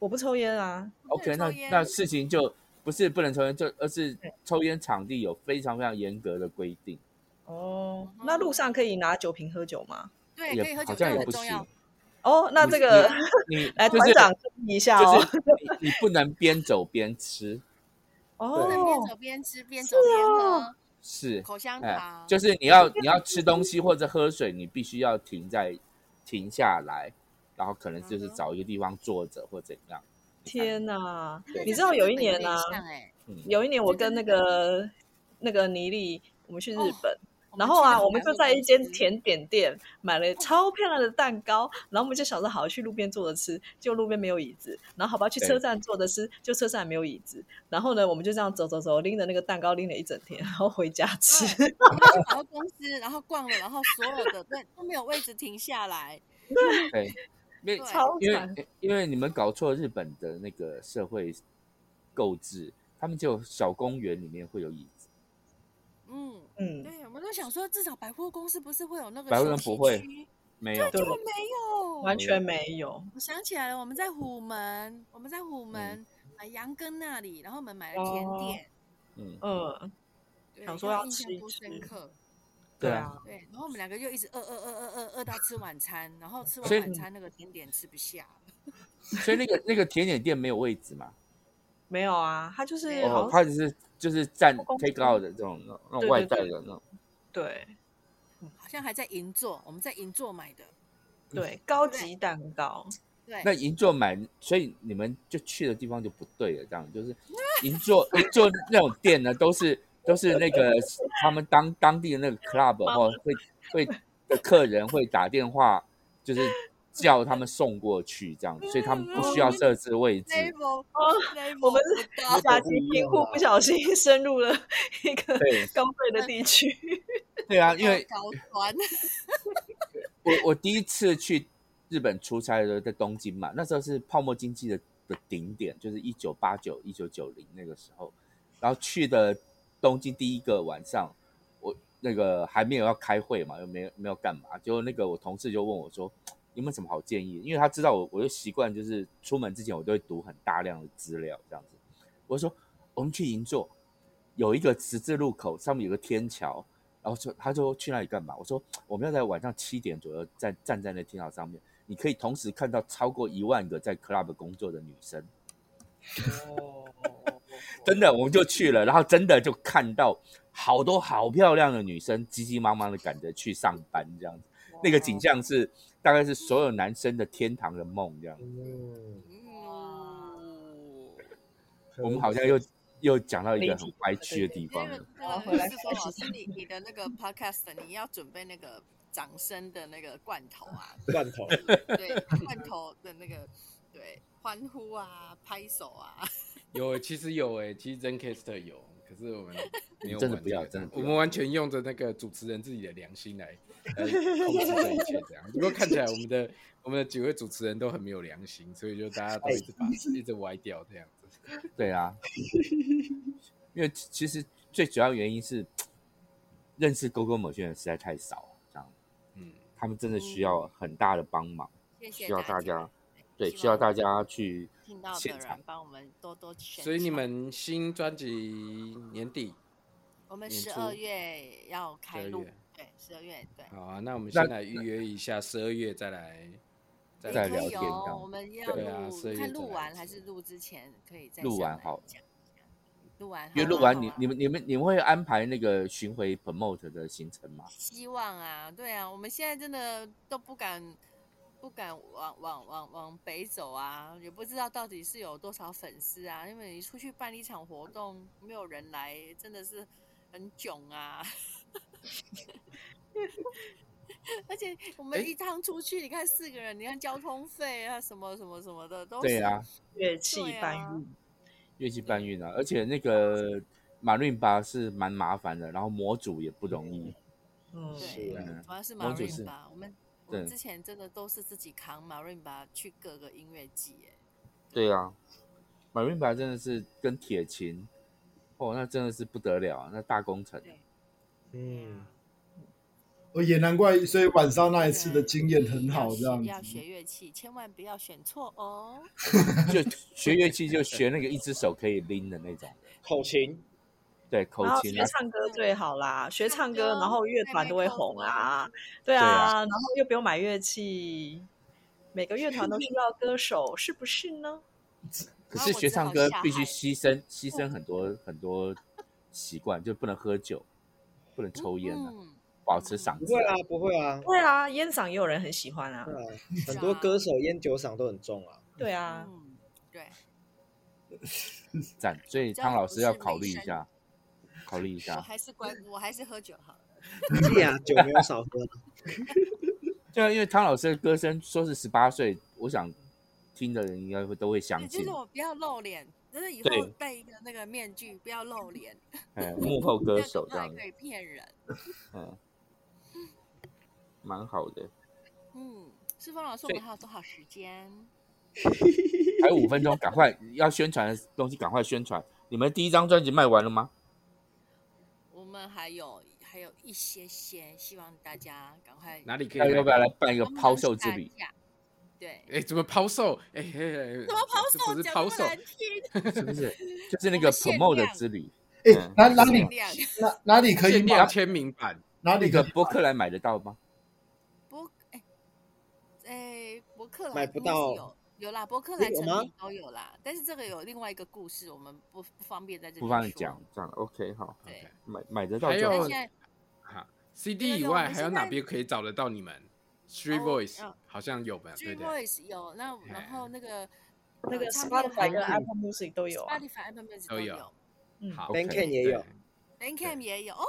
Speaker 6: 我不抽烟
Speaker 2: (laughs)
Speaker 6: 啊，
Speaker 2: OK，
Speaker 5: 不能
Speaker 2: 那
Speaker 5: 抽烟
Speaker 2: 那事情就不是不能抽烟，就而是抽烟场地有非常非常严格的规定，
Speaker 6: 哦
Speaker 5: 嗯，
Speaker 6: 那路上可以拿酒瓶喝酒吗？
Speaker 5: 对，可以
Speaker 2: 也
Speaker 5: 喝
Speaker 2: 好像
Speaker 5: 酒，这
Speaker 2: 也
Speaker 5: 很
Speaker 2: 不
Speaker 5: 重要
Speaker 2: 行。。
Speaker 6: 哦，那
Speaker 2: 你
Speaker 6: 这个
Speaker 2: 你
Speaker 6: 来
Speaker 2: 就
Speaker 6: 团
Speaker 2: 是
Speaker 6: 长注意一下
Speaker 2: 就
Speaker 6: 哦。
Speaker 2: 是你你不能边走边吃，
Speaker 5: 不能边走
Speaker 6: 哦，
Speaker 5: 边吃边走边喝
Speaker 2: 是，
Speaker 5: 口香
Speaker 2: 哎
Speaker 5: 糖，，
Speaker 2: 就是你要你要吃东西或者喝水，你必须要停在停下来，然后可能就是
Speaker 5: 嗯哼
Speaker 2: 找一个地坐着或怎样。
Speaker 6: 天哪！
Speaker 5: 对
Speaker 6: 你
Speaker 5: 这
Speaker 6: 知道
Speaker 5: 跟
Speaker 6: 有
Speaker 5: 日
Speaker 6: 一
Speaker 5: 本有
Speaker 6: 年
Speaker 5: 点
Speaker 6: 啊，
Speaker 5: 像哎，
Speaker 2: 嗯，
Speaker 6: 有一年我
Speaker 5: 这跟
Speaker 6: 跟那
Speaker 5: 日本
Speaker 6: 个那个倪丽，我们去日
Speaker 5: 哦
Speaker 6: 本，
Speaker 5: 我们
Speaker 6: 然后
Speaker 5: 去
Speaker 6: 啊，
Speaker 5: 那
Speaker 6: 我
Speaker 5: 个
Speaker 6: 们
Speaker 5: 百
Speaker 6: 就
Speaker 5: 货
Speaker 6: 在一
Speaker 5: 公
Speaker 6: 间
Speaker 5: 司
Speaker 6: 甜点店买了超漂亮的蛋糕，然后我们就想着好去路边坐着吃，就路边没有椅子，然后好吧去
Speaker 2: 对
Speaker 6: 车站坐着吃，就车站没有椅子，然后呢，我们就这样走走走，拎着那个蛋糕拎了一整天，然后回家吃。
Speaker 5: 对我们去百货公司，然后逛了，然后所有的对都没有位置停下来，
Speaker 2: 对，因为
Speaker 5: 对
Speaker 6: 超
Speaker 2: 因
Speaker 6: 惨，
Speaker 2: 为因为你们搞错日本的那个社会购置，他们就小公园里面会有椅子。
Speaker 5: 嗯。
Speaker 6: 嗯，
Speaker 5: 对，我们都想说，至少百货公司不是会有那个
Speaker 2: 百货
Speaker 5: 休
Speaker 2: 公
Speaker 5: 息
Speaker 2: 司
Speaker 5: 区，
Speaker 2: 不会没有，
Speaker 5: 就没有。
Speaker 6: 完全没有。
Speaker 5: 我想起来了，我们在虎门，我们在虎门买羊羹那里，然后我们买了甜
Speaker 6: 嗯哦
Speaker 5: 点，
Speaker 2: 嗯，
Speaker 6: 嗯，
Speaker 5: 对
Speaker 6: 想说
Speaker 5: 让
Speaker 6: 要
Speaker 5: 印象
Speaker 6: 吃一
Speaker 5: 多
Speaker 6: 吃
Speaker 5: 深刻。
Speaker 2: 对
Speaker 6: 对
Speaker 2: 啊，
Speaker 6: 啊，
Speaker 5: 对，然后我们两个就一直饿饿饿饿饿饿到吃晚餐，然后吃完
Speaker 2: 所以
Speaker 5: 晚餐那个甜点吃不下了，
Speaker 2: 所以那个那个甜点店没有位置嘛，
Speaker 6: 没有啊，他就是
Speaker 5: 对
Speaker 6: 好
Speaker 2: 哦，它
Speaker 6: 像
Speaker 2: 只是就是占
Speaker 6: 公共
Speaker 2: take out 的这种那
Speaker 6: 对
Speaker 2: 种
Speaker 6: 对
Speaker 2: 外带
Speaker 6: 对
Speaker 2: 的那种，
Speaker 6: 对
Speaker 5: 好像还在银座，我们在银座买的。
Speaker 6: 对高
Speaker 5: 对
Speaker 6: 级蛋糕，
Speaker 5: 对，
Speaker 2: 那银座买，所以你们就去的地方就不对了，这样就是银座银座那种店呢，都是都是那个他们当当地的那个 club 或会会的客人会打电话，就是叫他们送过去这样，所以他们不需要设置位置。
Speaker 5: level
Speaker 6: 哦
Speaker 5: level
Speaker 6: 我们
Speaker 5: 不到
Speaker 6: 假期贫户不小心 (laughs) 深入了一个
Speaker 2: 对
Speaker 6: 高贵的地区。
Speaker 2: 对啊，因为
Speaker 5: 高端，
Speaker 2: 我我第一次去日本出差的时候在东京嘛，那时候是泡沫经济的的顶点，就是一九八九、一九九零那个时候。然后去的东京第一个晚上，我那个还没有要开会嘛，又没有没有干嘛，结果那个我同事就问我说有没有什么好建议，因为他知道我我就习惯就是出门之前我都会读很大量的资料这样子。我说我们去银座，有一个十字路口上面有个天桥，然后说他就去那里干嘛？我说我们要在晚上七点左右站站在那天桥上面，你可以同时看到超过一万个在 club 工作的女生。 (laughs) 真的，我们就去了，然后真的就看到好多好漂亮的女生，急急忙忙的赶着去上班，这样子，那个景象是大概是所有男生的天堂的梦这样。
Speaker 4: 嗯，
Speaker 5: 嗯，
Speaker 2: 我们好像又又讲到一个
Speaker 6: 离
Speaker 2: 很
Speaker 6: 题
Speaker 2: 歪曲的
Speaker 6: 对
Speaker 2: 地
Speaker 5: 那
Speaker 2: 方
Speaker 5: 个
Speaker 2: 了。
Speaker 6: 好
Speaker 5: 那
Speaker 6: 回
Speaker 5: 个
Speaker 6: 来
Speaker 5: 是说
Speaker 6: 开始
Speaker 5: 老师，你你的
Speaker 6: (laughs)
Speaker 5: 那个 podcast 你要准备那个掌声的那个罐头
Speaker 2: (laughs)
Speaker 5: 啊，
Speaker 4: 罐头。
Speaker 5: 对，罐头的那个对欢呼啊、拍手啊，
Speaker 1: (laughs) 有，其实有诶，其实 Zencaster 有，可是我们没有
Speaker 2: 真的
Speaker 1: 玩
Speaker 2: 不
Speaker 1: 这
Speaker 2: 要
Speaker 1: 个
Speaker 2: 真的不
Speaker 1: 我
Speaker 2: 要
Speaker 1: 们完全用着那个主持人自己的良心来来控制这一切，这样。不过看起来我们
Speaker 2: (laughs)
Speaker 1: 的我们的几位主持人都很没有良心，所以就大
Speaker 2: 哎
Speaker 1: 家都一直把一直歪掉这样子。
Speaker 2: 对
Speaker 6: (laughs)
Speaker 2: 啊，因为其实最主要原因是认识勾勾某些人实在太少，这样
Speaker 1: 嗯，
Speaker 2: 他们真的需要
Speaker 6: 嗯
Speaker 2: 很大的帮忙，
Speaker 5: 谢谢
Speaker 2: 需要大家
Speaker 5: 家，
Speaker 2: 对，
Speaker 5: 希
Speaker 2: 需要
Speaker 5: 望
Speaker 2: 大家去
Speaker 5: 听到的
Speaker 2: 现场
Speaker 5: 人帮我们多多宣传。
Speaker 1: 所以你们新专辑年底
Speaker 5: 我们
Speaker 1: 演
Speaker 5: 十
Speaker 1: 出
Speaker 5: 二月要开
Speaker 1: 12
Speaker 5: 录
Speaker 1: 月，
Speaker 5: 对，十二月对。
Speaker 1: 好啊，那我们
Speaker 2: 那
Speaker 1: 先来预约一下，十二月再来再
Speaker 5: 也
Speaker 2: 再
Speaker 1: 来
Speaker 5: 可
Speaker 2: 聊
Speaker 5: 以
Speaker 2: 天
Speaker 1: 天
Speaker 2: 这样
Speaker 5: 哦，
Speaker 2: 子
Speaker 5: 我们要
Speaker 1: 对啊
Speaker 5: 录
Speaker 1: 所以，
Speaker 5: 看
Speaker 1: 就
Speaker 5: 录
Speaker 1: 来
Speaker 5: 完
Speaker 1: 一
Speaker 5: 还
Speaker 1: 次
Speaker 5: 是录之前可以再
Speaker 2: 录
Speaker 5: 上
Speaker 2: 完
Speaker 5: 来
Speaker 2: 好了
Speaker 5: 讲一下录完好
Speaker 6: 嗯
Speaker 2: 因为录
Speaker 5: 啊
Speaker 2: 完
Speaker 5: 好
Speaker 2: 你
Speaker 5: 啊
Speaker 2: 你们你们你们会安排那个巡回 promote 的行程吗？
Speaker 5: 希望啊，对啊，我们现在真的都不敢不敢往往往往北走啊，也不知道到底是有多少粉丝啊，因为你出去办一场活动，没有人来，真的是很囧啊。 (laughs) 而且我们一趟出去，你看四个人，你看交通费啊，什么什么什么的，都
Speaker 2: 对
Speaker 5: 是
Speaker 2: 啊，
Speaker 6: 乐器
Speaker 5: 对啊
Speaker 6: 搬运，
Speaker 2: 乐器搬
Speaker 6: 嗯
Speaker 2: 运啊，而且那个马瑞巴是蛮麻烦的，然后模组也不容易。
Speaker 6: 嗯，
Speaker 5: 对
Speaker 1: 啊
Speaker 2: 嗯
Speaker 5: 主要是
Speaker 2: 王祖
Speaker 5: Marin
Speaker 2: 是
Speaker 5: 吧，我们我们
Speaker 2: 对
Speaker 5: 之前真的都是自己扛 Marin 吧去各个音乐季、欸，
Speaker 2: 对啊，马瑞巴真的是跟铁琴，哦，那真的是不得了，啊那大工程。
Speaker 4: 嗯，
Speaker 3: 哦，也难怪，所以晚上那一次的经验很好，这样
Speaker 5: 要学
Speaker 3: 子。
Speaker 5: 要学乐器，千万不要选错哦。
Speaker 2: 就学乐器就学那个一只手可以拎的那种，
Speaker 4: 口琴
Speaker 2: 对，口
Speaker 6: (laughs) 然后
Speaker 2: 琴
Speaker 6: 学
Speaker 2: 啊，
Speaker 6: 唱歌最好啦，学唱歌，然后乐团都会红啊，对
Speaker 2: 啊
Speaker 6: 啊，然后又不用买乐器，每个乐团都需要歌手，是不是呢？
Speaker 2: 可
Speaker 5: 然
Speaker 2: 是
Speaker 5: 后我
Speaker 2: 学
Speaker 5: 只好
Speaker 2: 唱歌
Speaker 5: 下
Speaker 2: 必须
Speaker 5: 海
Speaker 2: 牺牲牺牲很多 (laughs) 很多习惯，就不能喝酒，不能抽烟啊，
Speaker 5: 嗯，
Speaker 2: 保持嗓
Speaker 4: 不
Speaker 2: 子
Speaker 4: 会
Speaker 2: 啊。
Speaker 4: 啊，不会啊，
Speaker 6: 对啊，烟嗓也有人很喜欢啊
Speaker 4: 对，啊，
Speaker 5: 是
Speaker 4: 很
Speaker 5: 啊
Speaker 4: 多歌手烟酒嗓都很重啊。
Speaker 6: 对啊，
Speaker 5: 嗯，对，
Speaker 2: 赞，所以
Speaker 5: 这
Speaker 2: 汤
Speaker 5: 样
Speaker 2: 老
Speaker 5: 不
Speaker 2: 师要
Speaker 5: 是
Speaker 2: 考
Speaker 5: 卫
Speaker 2: 虑一
Speaker 5: 生
Speaker 2: 下，考虑一
Speaker 5: 我
Speaker 2: 下。
Speaker 5: 还是乖，我还是喝酒好了。
Speaker 4: 是啊，酒没有少喝，
Speaker 2: 对，啊因为汤老师的歌声说是十八岁，我想听的人应该会都会相
Speaker 5: 对就
Speaker 2: 信
Speaker 5: 是。我不要露脸，就是以
Speaker 2: 对
Speaker 5: 后戴一个那个面具，不要露脸，
Speaker 2: 哎，幕后歌
Speaker 5: 这样
Speaker 2: 手
Speaker 5: 的
Speaker 2: 这
Speaker 5: 话
Speaker 2: 样
Speaker 5: 还，可以骗人。
Speaker 2: 嗯，蛮好的。
Speaker 5: 嗯，世峰老师，我
Speaker 2: 所以
Speaker 5: 们还有多少时间？
Speaker 2: 还有五分钟，赶快要宣传的东西，赶快宣传。你们第一张专辑卖完了吗？
Speaker 5: 我们还有还有一些些，希望大家赶快
Speaker 1: 哪里可以
Speaker 2: 要
Speaker 1: 买到？
Speaker 2: 要不要来办一
Speaker 5: 一
Speaker 2: 个抛售之旅？？ (laughs)
Speaker 5: 对，
Speaker 1: 哎，怎么抛售？哎，嘿嘿
Speaker 5: 怎么抛
Speaker 1: 这不
Speaker 5: 售？
Speaker 1: 是
Speaker 5: 讲那
Speaker 1: 抛
Speaker 5: 么
Speaker 1: 售，
Speaker 5: 难听，
Speaker 2: 是不
Speaker 5: (laughs)
Speaker 2: 是？就是那
Speaker 5: 我
Speaker 2: 个
Speaker 5: 们限
Speaker 2: promo 的
Speaker 5: 量
Speaker 2: 之旅，
Speaker 3: 哎、
Speaker 2: 嗯
Speaker 4: 啊
Speaker 3: 哪哪里
Speaker 5: 限量。 (laughs)
Speaker 3: 哪哪里可以
Speaker 1: 限量
Speaker 3: 买？
Speaker 1: 签名版。
Speaker 3: 哪里
Speaker 2: 那
Speaker 3: 可
Speaker 2: 个
Speaker 3: 以？
Speaker 2: 博客来买得到吗？
Speaker 5: 博哎哎博客来
Speaker 4: 买
Speaker 5: 应
Speaker 4: 不
Speaker 5: 该是
Speaker 4: 到
Speaker 5: 有有啦，博客
Speaker 4: 这
Speaker 5: 来
Speaker 4: 有
Speaker 5: 成
Speaker 4: 吗
Speaker 5: 品都有啦，但是这个有另外一个故事，我们不不方便在这里
Speaker 2: 不帮你
Speaker 5: 说
Speaker 2: 讲。，这样 OK 好，
Speaker 5: 对，
Speaker 2: 买买得到
Speaker 1: 还
Speaker 2: 就
Speaker 5: 但
Speaker 2: 好
Speaker 1: 有
Speaker 5: 现。在
Speaker 1: 哈
Speaker 5: 对
Speaker 1: CD
Speaker 5: 对
Speaker 1: 以
Speaker 5: 我
Speaker 1: 外，
Speaker 5: 们
Speaker 1: 还有
Speaker 5: 现
Speaker 1: 哪
Speaker 5: 在
Speaker 1: 边可以找得到你们？Three
Speaker 5: 哦
Speaker 1: Voice
Speaker 5: 嗯
Speaker 1: 好像有吧？对
Speaker 5: Dream
Speaker 1: 不对？
Speaker 5: Voice 有，那然后那个呃
Speaker 6: 那个 Spotify 跟 Apple Music 都有啊，
Speaker 5: Spotify、Apple Music
Speaker 1: 都
Speaker 5: 都
Speaker 1: 有
Speaker 5: 有
Speaker 6: 嗯，
Speaker 1: 好
Speaker 4: b a n k a n 也
Speaker 1: 对
Speaker 4: 有，
Speaker 5: ，Bandcamp 也有哦。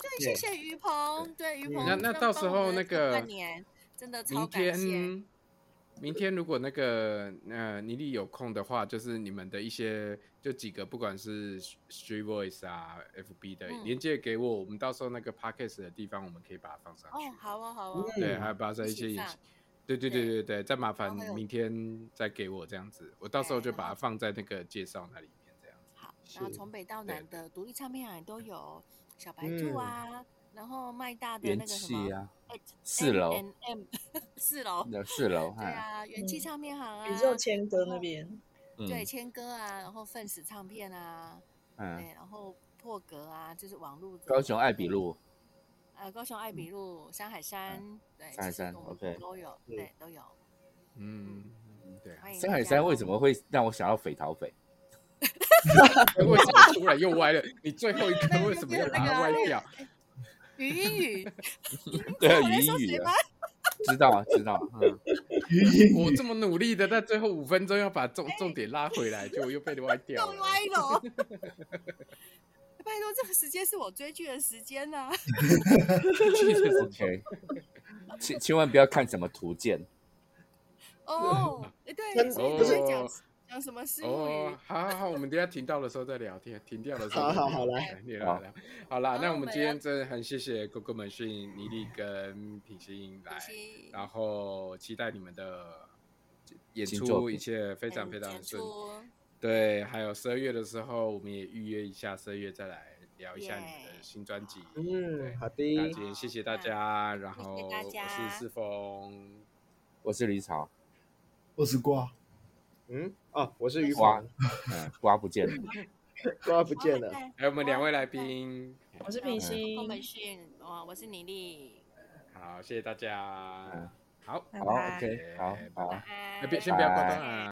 Speaker 5: 对，谢
Speaker 4: 对
Speaker 5: 谢于鹏，对于
Speaker 4: 嗯
Speaker 5: 鹏
Speaker 1: 那那
Speaker 5: 让帮我们的
Speaker 1: 到时候那
Speaker 5: 这半
Speaker 1: 个
Speaker 5: 年真的超
Speaker 1: 明
Speaker 5: 感谢。
Speaker 1: 天，明天如果那个呃妮丽有空的话，就是你们的一些就几个，不管是 Street Voice 啊、FB 的、
Speaker 5: 嗯
Speaker 1: 连接给我，我们到时候那个 Podcast 的地方，我们可以把它放上去。
Speaker 5: 哦，好哦，好哦，
Speaker 1: 对，
Speaker 4: 嗯
Speaker 1: 还有包括
Speaker 5: 一
Speaker 1: 一
Speaker 5: 起
Speaker 1: 些演
Speaker 5: 放
Speaker 1: 习。对对对
Speaker 5: 对
Speaker 1: 对对，再麻烦
Speaker 5: 会有
Speaker 1: 明天再给我这样子，我到时候
Speaker 5: 对
Speaker 1: 就
Speaker 5: 然
Speaker 1: 把它
Speaker 5: 后
Speaker 1: 放在那个介绍那里面这样子。
Speaker 5: 好，然后
Speaker 4: 是
Speaker 5: 从北到
Speaker 1: 对
Speaker 5: 南的独立唱片行都有，小白
Speaker 4: 嗯
Speaker 5: 兔啊，然后麦大的那
Speaker 2: 元
Speaker 5: 个什
Speaker 2: 气
Speaker 5: 么，
Speaker 2: 啊，
Speaker 5: 呃
Speaker 2: 四楼
Speaker 5: M M (laughs) 四楼，
Speaker 2: 那四楼，
Speaker 5: 对
Speaker 2: 哎，
Speaker 5: 啊，元气唱片行啊，
Speaker 6: 宇宙千歌那边，
Speaker 5: 对
Speaker 2: 嗯
Speaker 5: 谦哥啊，然后粪死唱片啊，
Speaker 2: 嗯，
Speaker 5: 对，然后破格啊，就是网络的
Speaker 2: 高雄爱比，路，嗯
Speaker 5: 呃，高雄爱比路、山海山，对，
Speaker 2: 山海
Speaker 5: 其实
Speaker 2: 山
Speaker 5: 我们
Speaker 2: ，OK
Speaker 5: 都有，
Speaker 4: 嗯
Speaker 5: 对，都有，
Speaker 1: 嗯，对啊。
Speaker 5: 欢迎
Speaker 2: 深海
Speaker 5: 哎大家
Speaker 2: 山为
Speaker 5: 帮
Speaker 2: 什
Speaker 5: 我
Speaker 2: 么会让我想到匪逃匪？
Speaker 1: (laughs) 为什么突然又歪了？你最后一个为什么要把它歪掉？
Speaker 5: 们语音语？
Speaker 2: (laughs) 对啊，
Speaker 5: 我在
Speaker 2: 语
Speaker 5: (laughs)
Speaker 2: 音
Speaker 5: 说谁
Speaker 2: 语
Speaker 5: 吗
Speaker 2: 啊，知道知道，嗯，
Speaker 5: (laughs)
Speaker 3: 语音
Speaker 1: 我这么努力的，在最后五分钟要把重重点拉回来，结果又被歪掉
Speaker 5: 弄
Speaker 1: 了。
Speaker 5: 歪
Speaker 1: (laughs)
Speaker 5: 了。哦哎拜托，这个时间是我追剧的时
Speaker 1: (laughs)
Speaker 5: 间呐、
Speaker 2: OK，千千万不要看什么图鉴，
Speaker 5: 哦，哎对，
Speaker 3: 真的
Speaker 5: 所以你在讲讲什么私物
Speaker 1: 哦
Speaker 5: 语？，
Speaker 1: 好好好，我们等一下停到的时候再聊天，停掉的时候
Speaker 4: 好
Speaker 1: 再聊
Speaker 4: 好好来，
Speaker 1: 你来了，好啦，那
Speaker 5: 好
Speaker 1: 我们
Speaker 5: 我
Speaker 1: 今
Speaker 5: 们
Speaker 1: 天真的很谢谢哥哥们是倪丽跟品心来，
Speaker 5: 西
Speaker 1: 然后期待你们的演
Speaker 2: 新作
Speaker 1: 出，
Speaker 2: 品
Speaker 1: 一切非常
Speaker 5: 嗯
Speaker 1: 非常
Speaker 5: 演
Speaker 1: 顺。
Speaker 5: 出
Speaker 1: 对，还有十二月的时候，我们也预约一下，十二月再来聊一下你们的
Speaker 5: Yeah
Speaker 1: 新专辑。对
Speaker 4: 嗯，好
Speaker 1: 那
Speaker 4: 的
Speaker 1: 今，天谢谢大家，然后
Speaker 5: 嗯谢谢大
Speaker 1: 我
Speaker 5: 家
Speaker 1: 是世峰，
Speaker 2: 我是李草，
Speaker 3: 我是瓜，
Speaker 4: 嗯，哦，我是于
Speaker 2: 哇
Speaker 4: 凡，
Speaker 2: 嗯，瓜不见了，
Speaker 4: 瓜不见了，
Speaker 5: 好
Speaker 1: 还有我们两位来宾，
Speaker 6: 我是品
Speaker 5: 我
Speaker 6: 心
Speaker 5: 是，本训，哦，我是倪丽，
Speaker 1: 好，谢谢大家
Speaker 2: 嗯，
Speaker 1: 好，
Speaker 6: 拜
Speaker 2: 好
Speaker 6: 拜
Speaker 2: ，OK，好好。
Speaker 5: 哎拜
Speaker 1: 哎那别先不要挂
Speaker 2: 拜
Speaker 1: 断啊。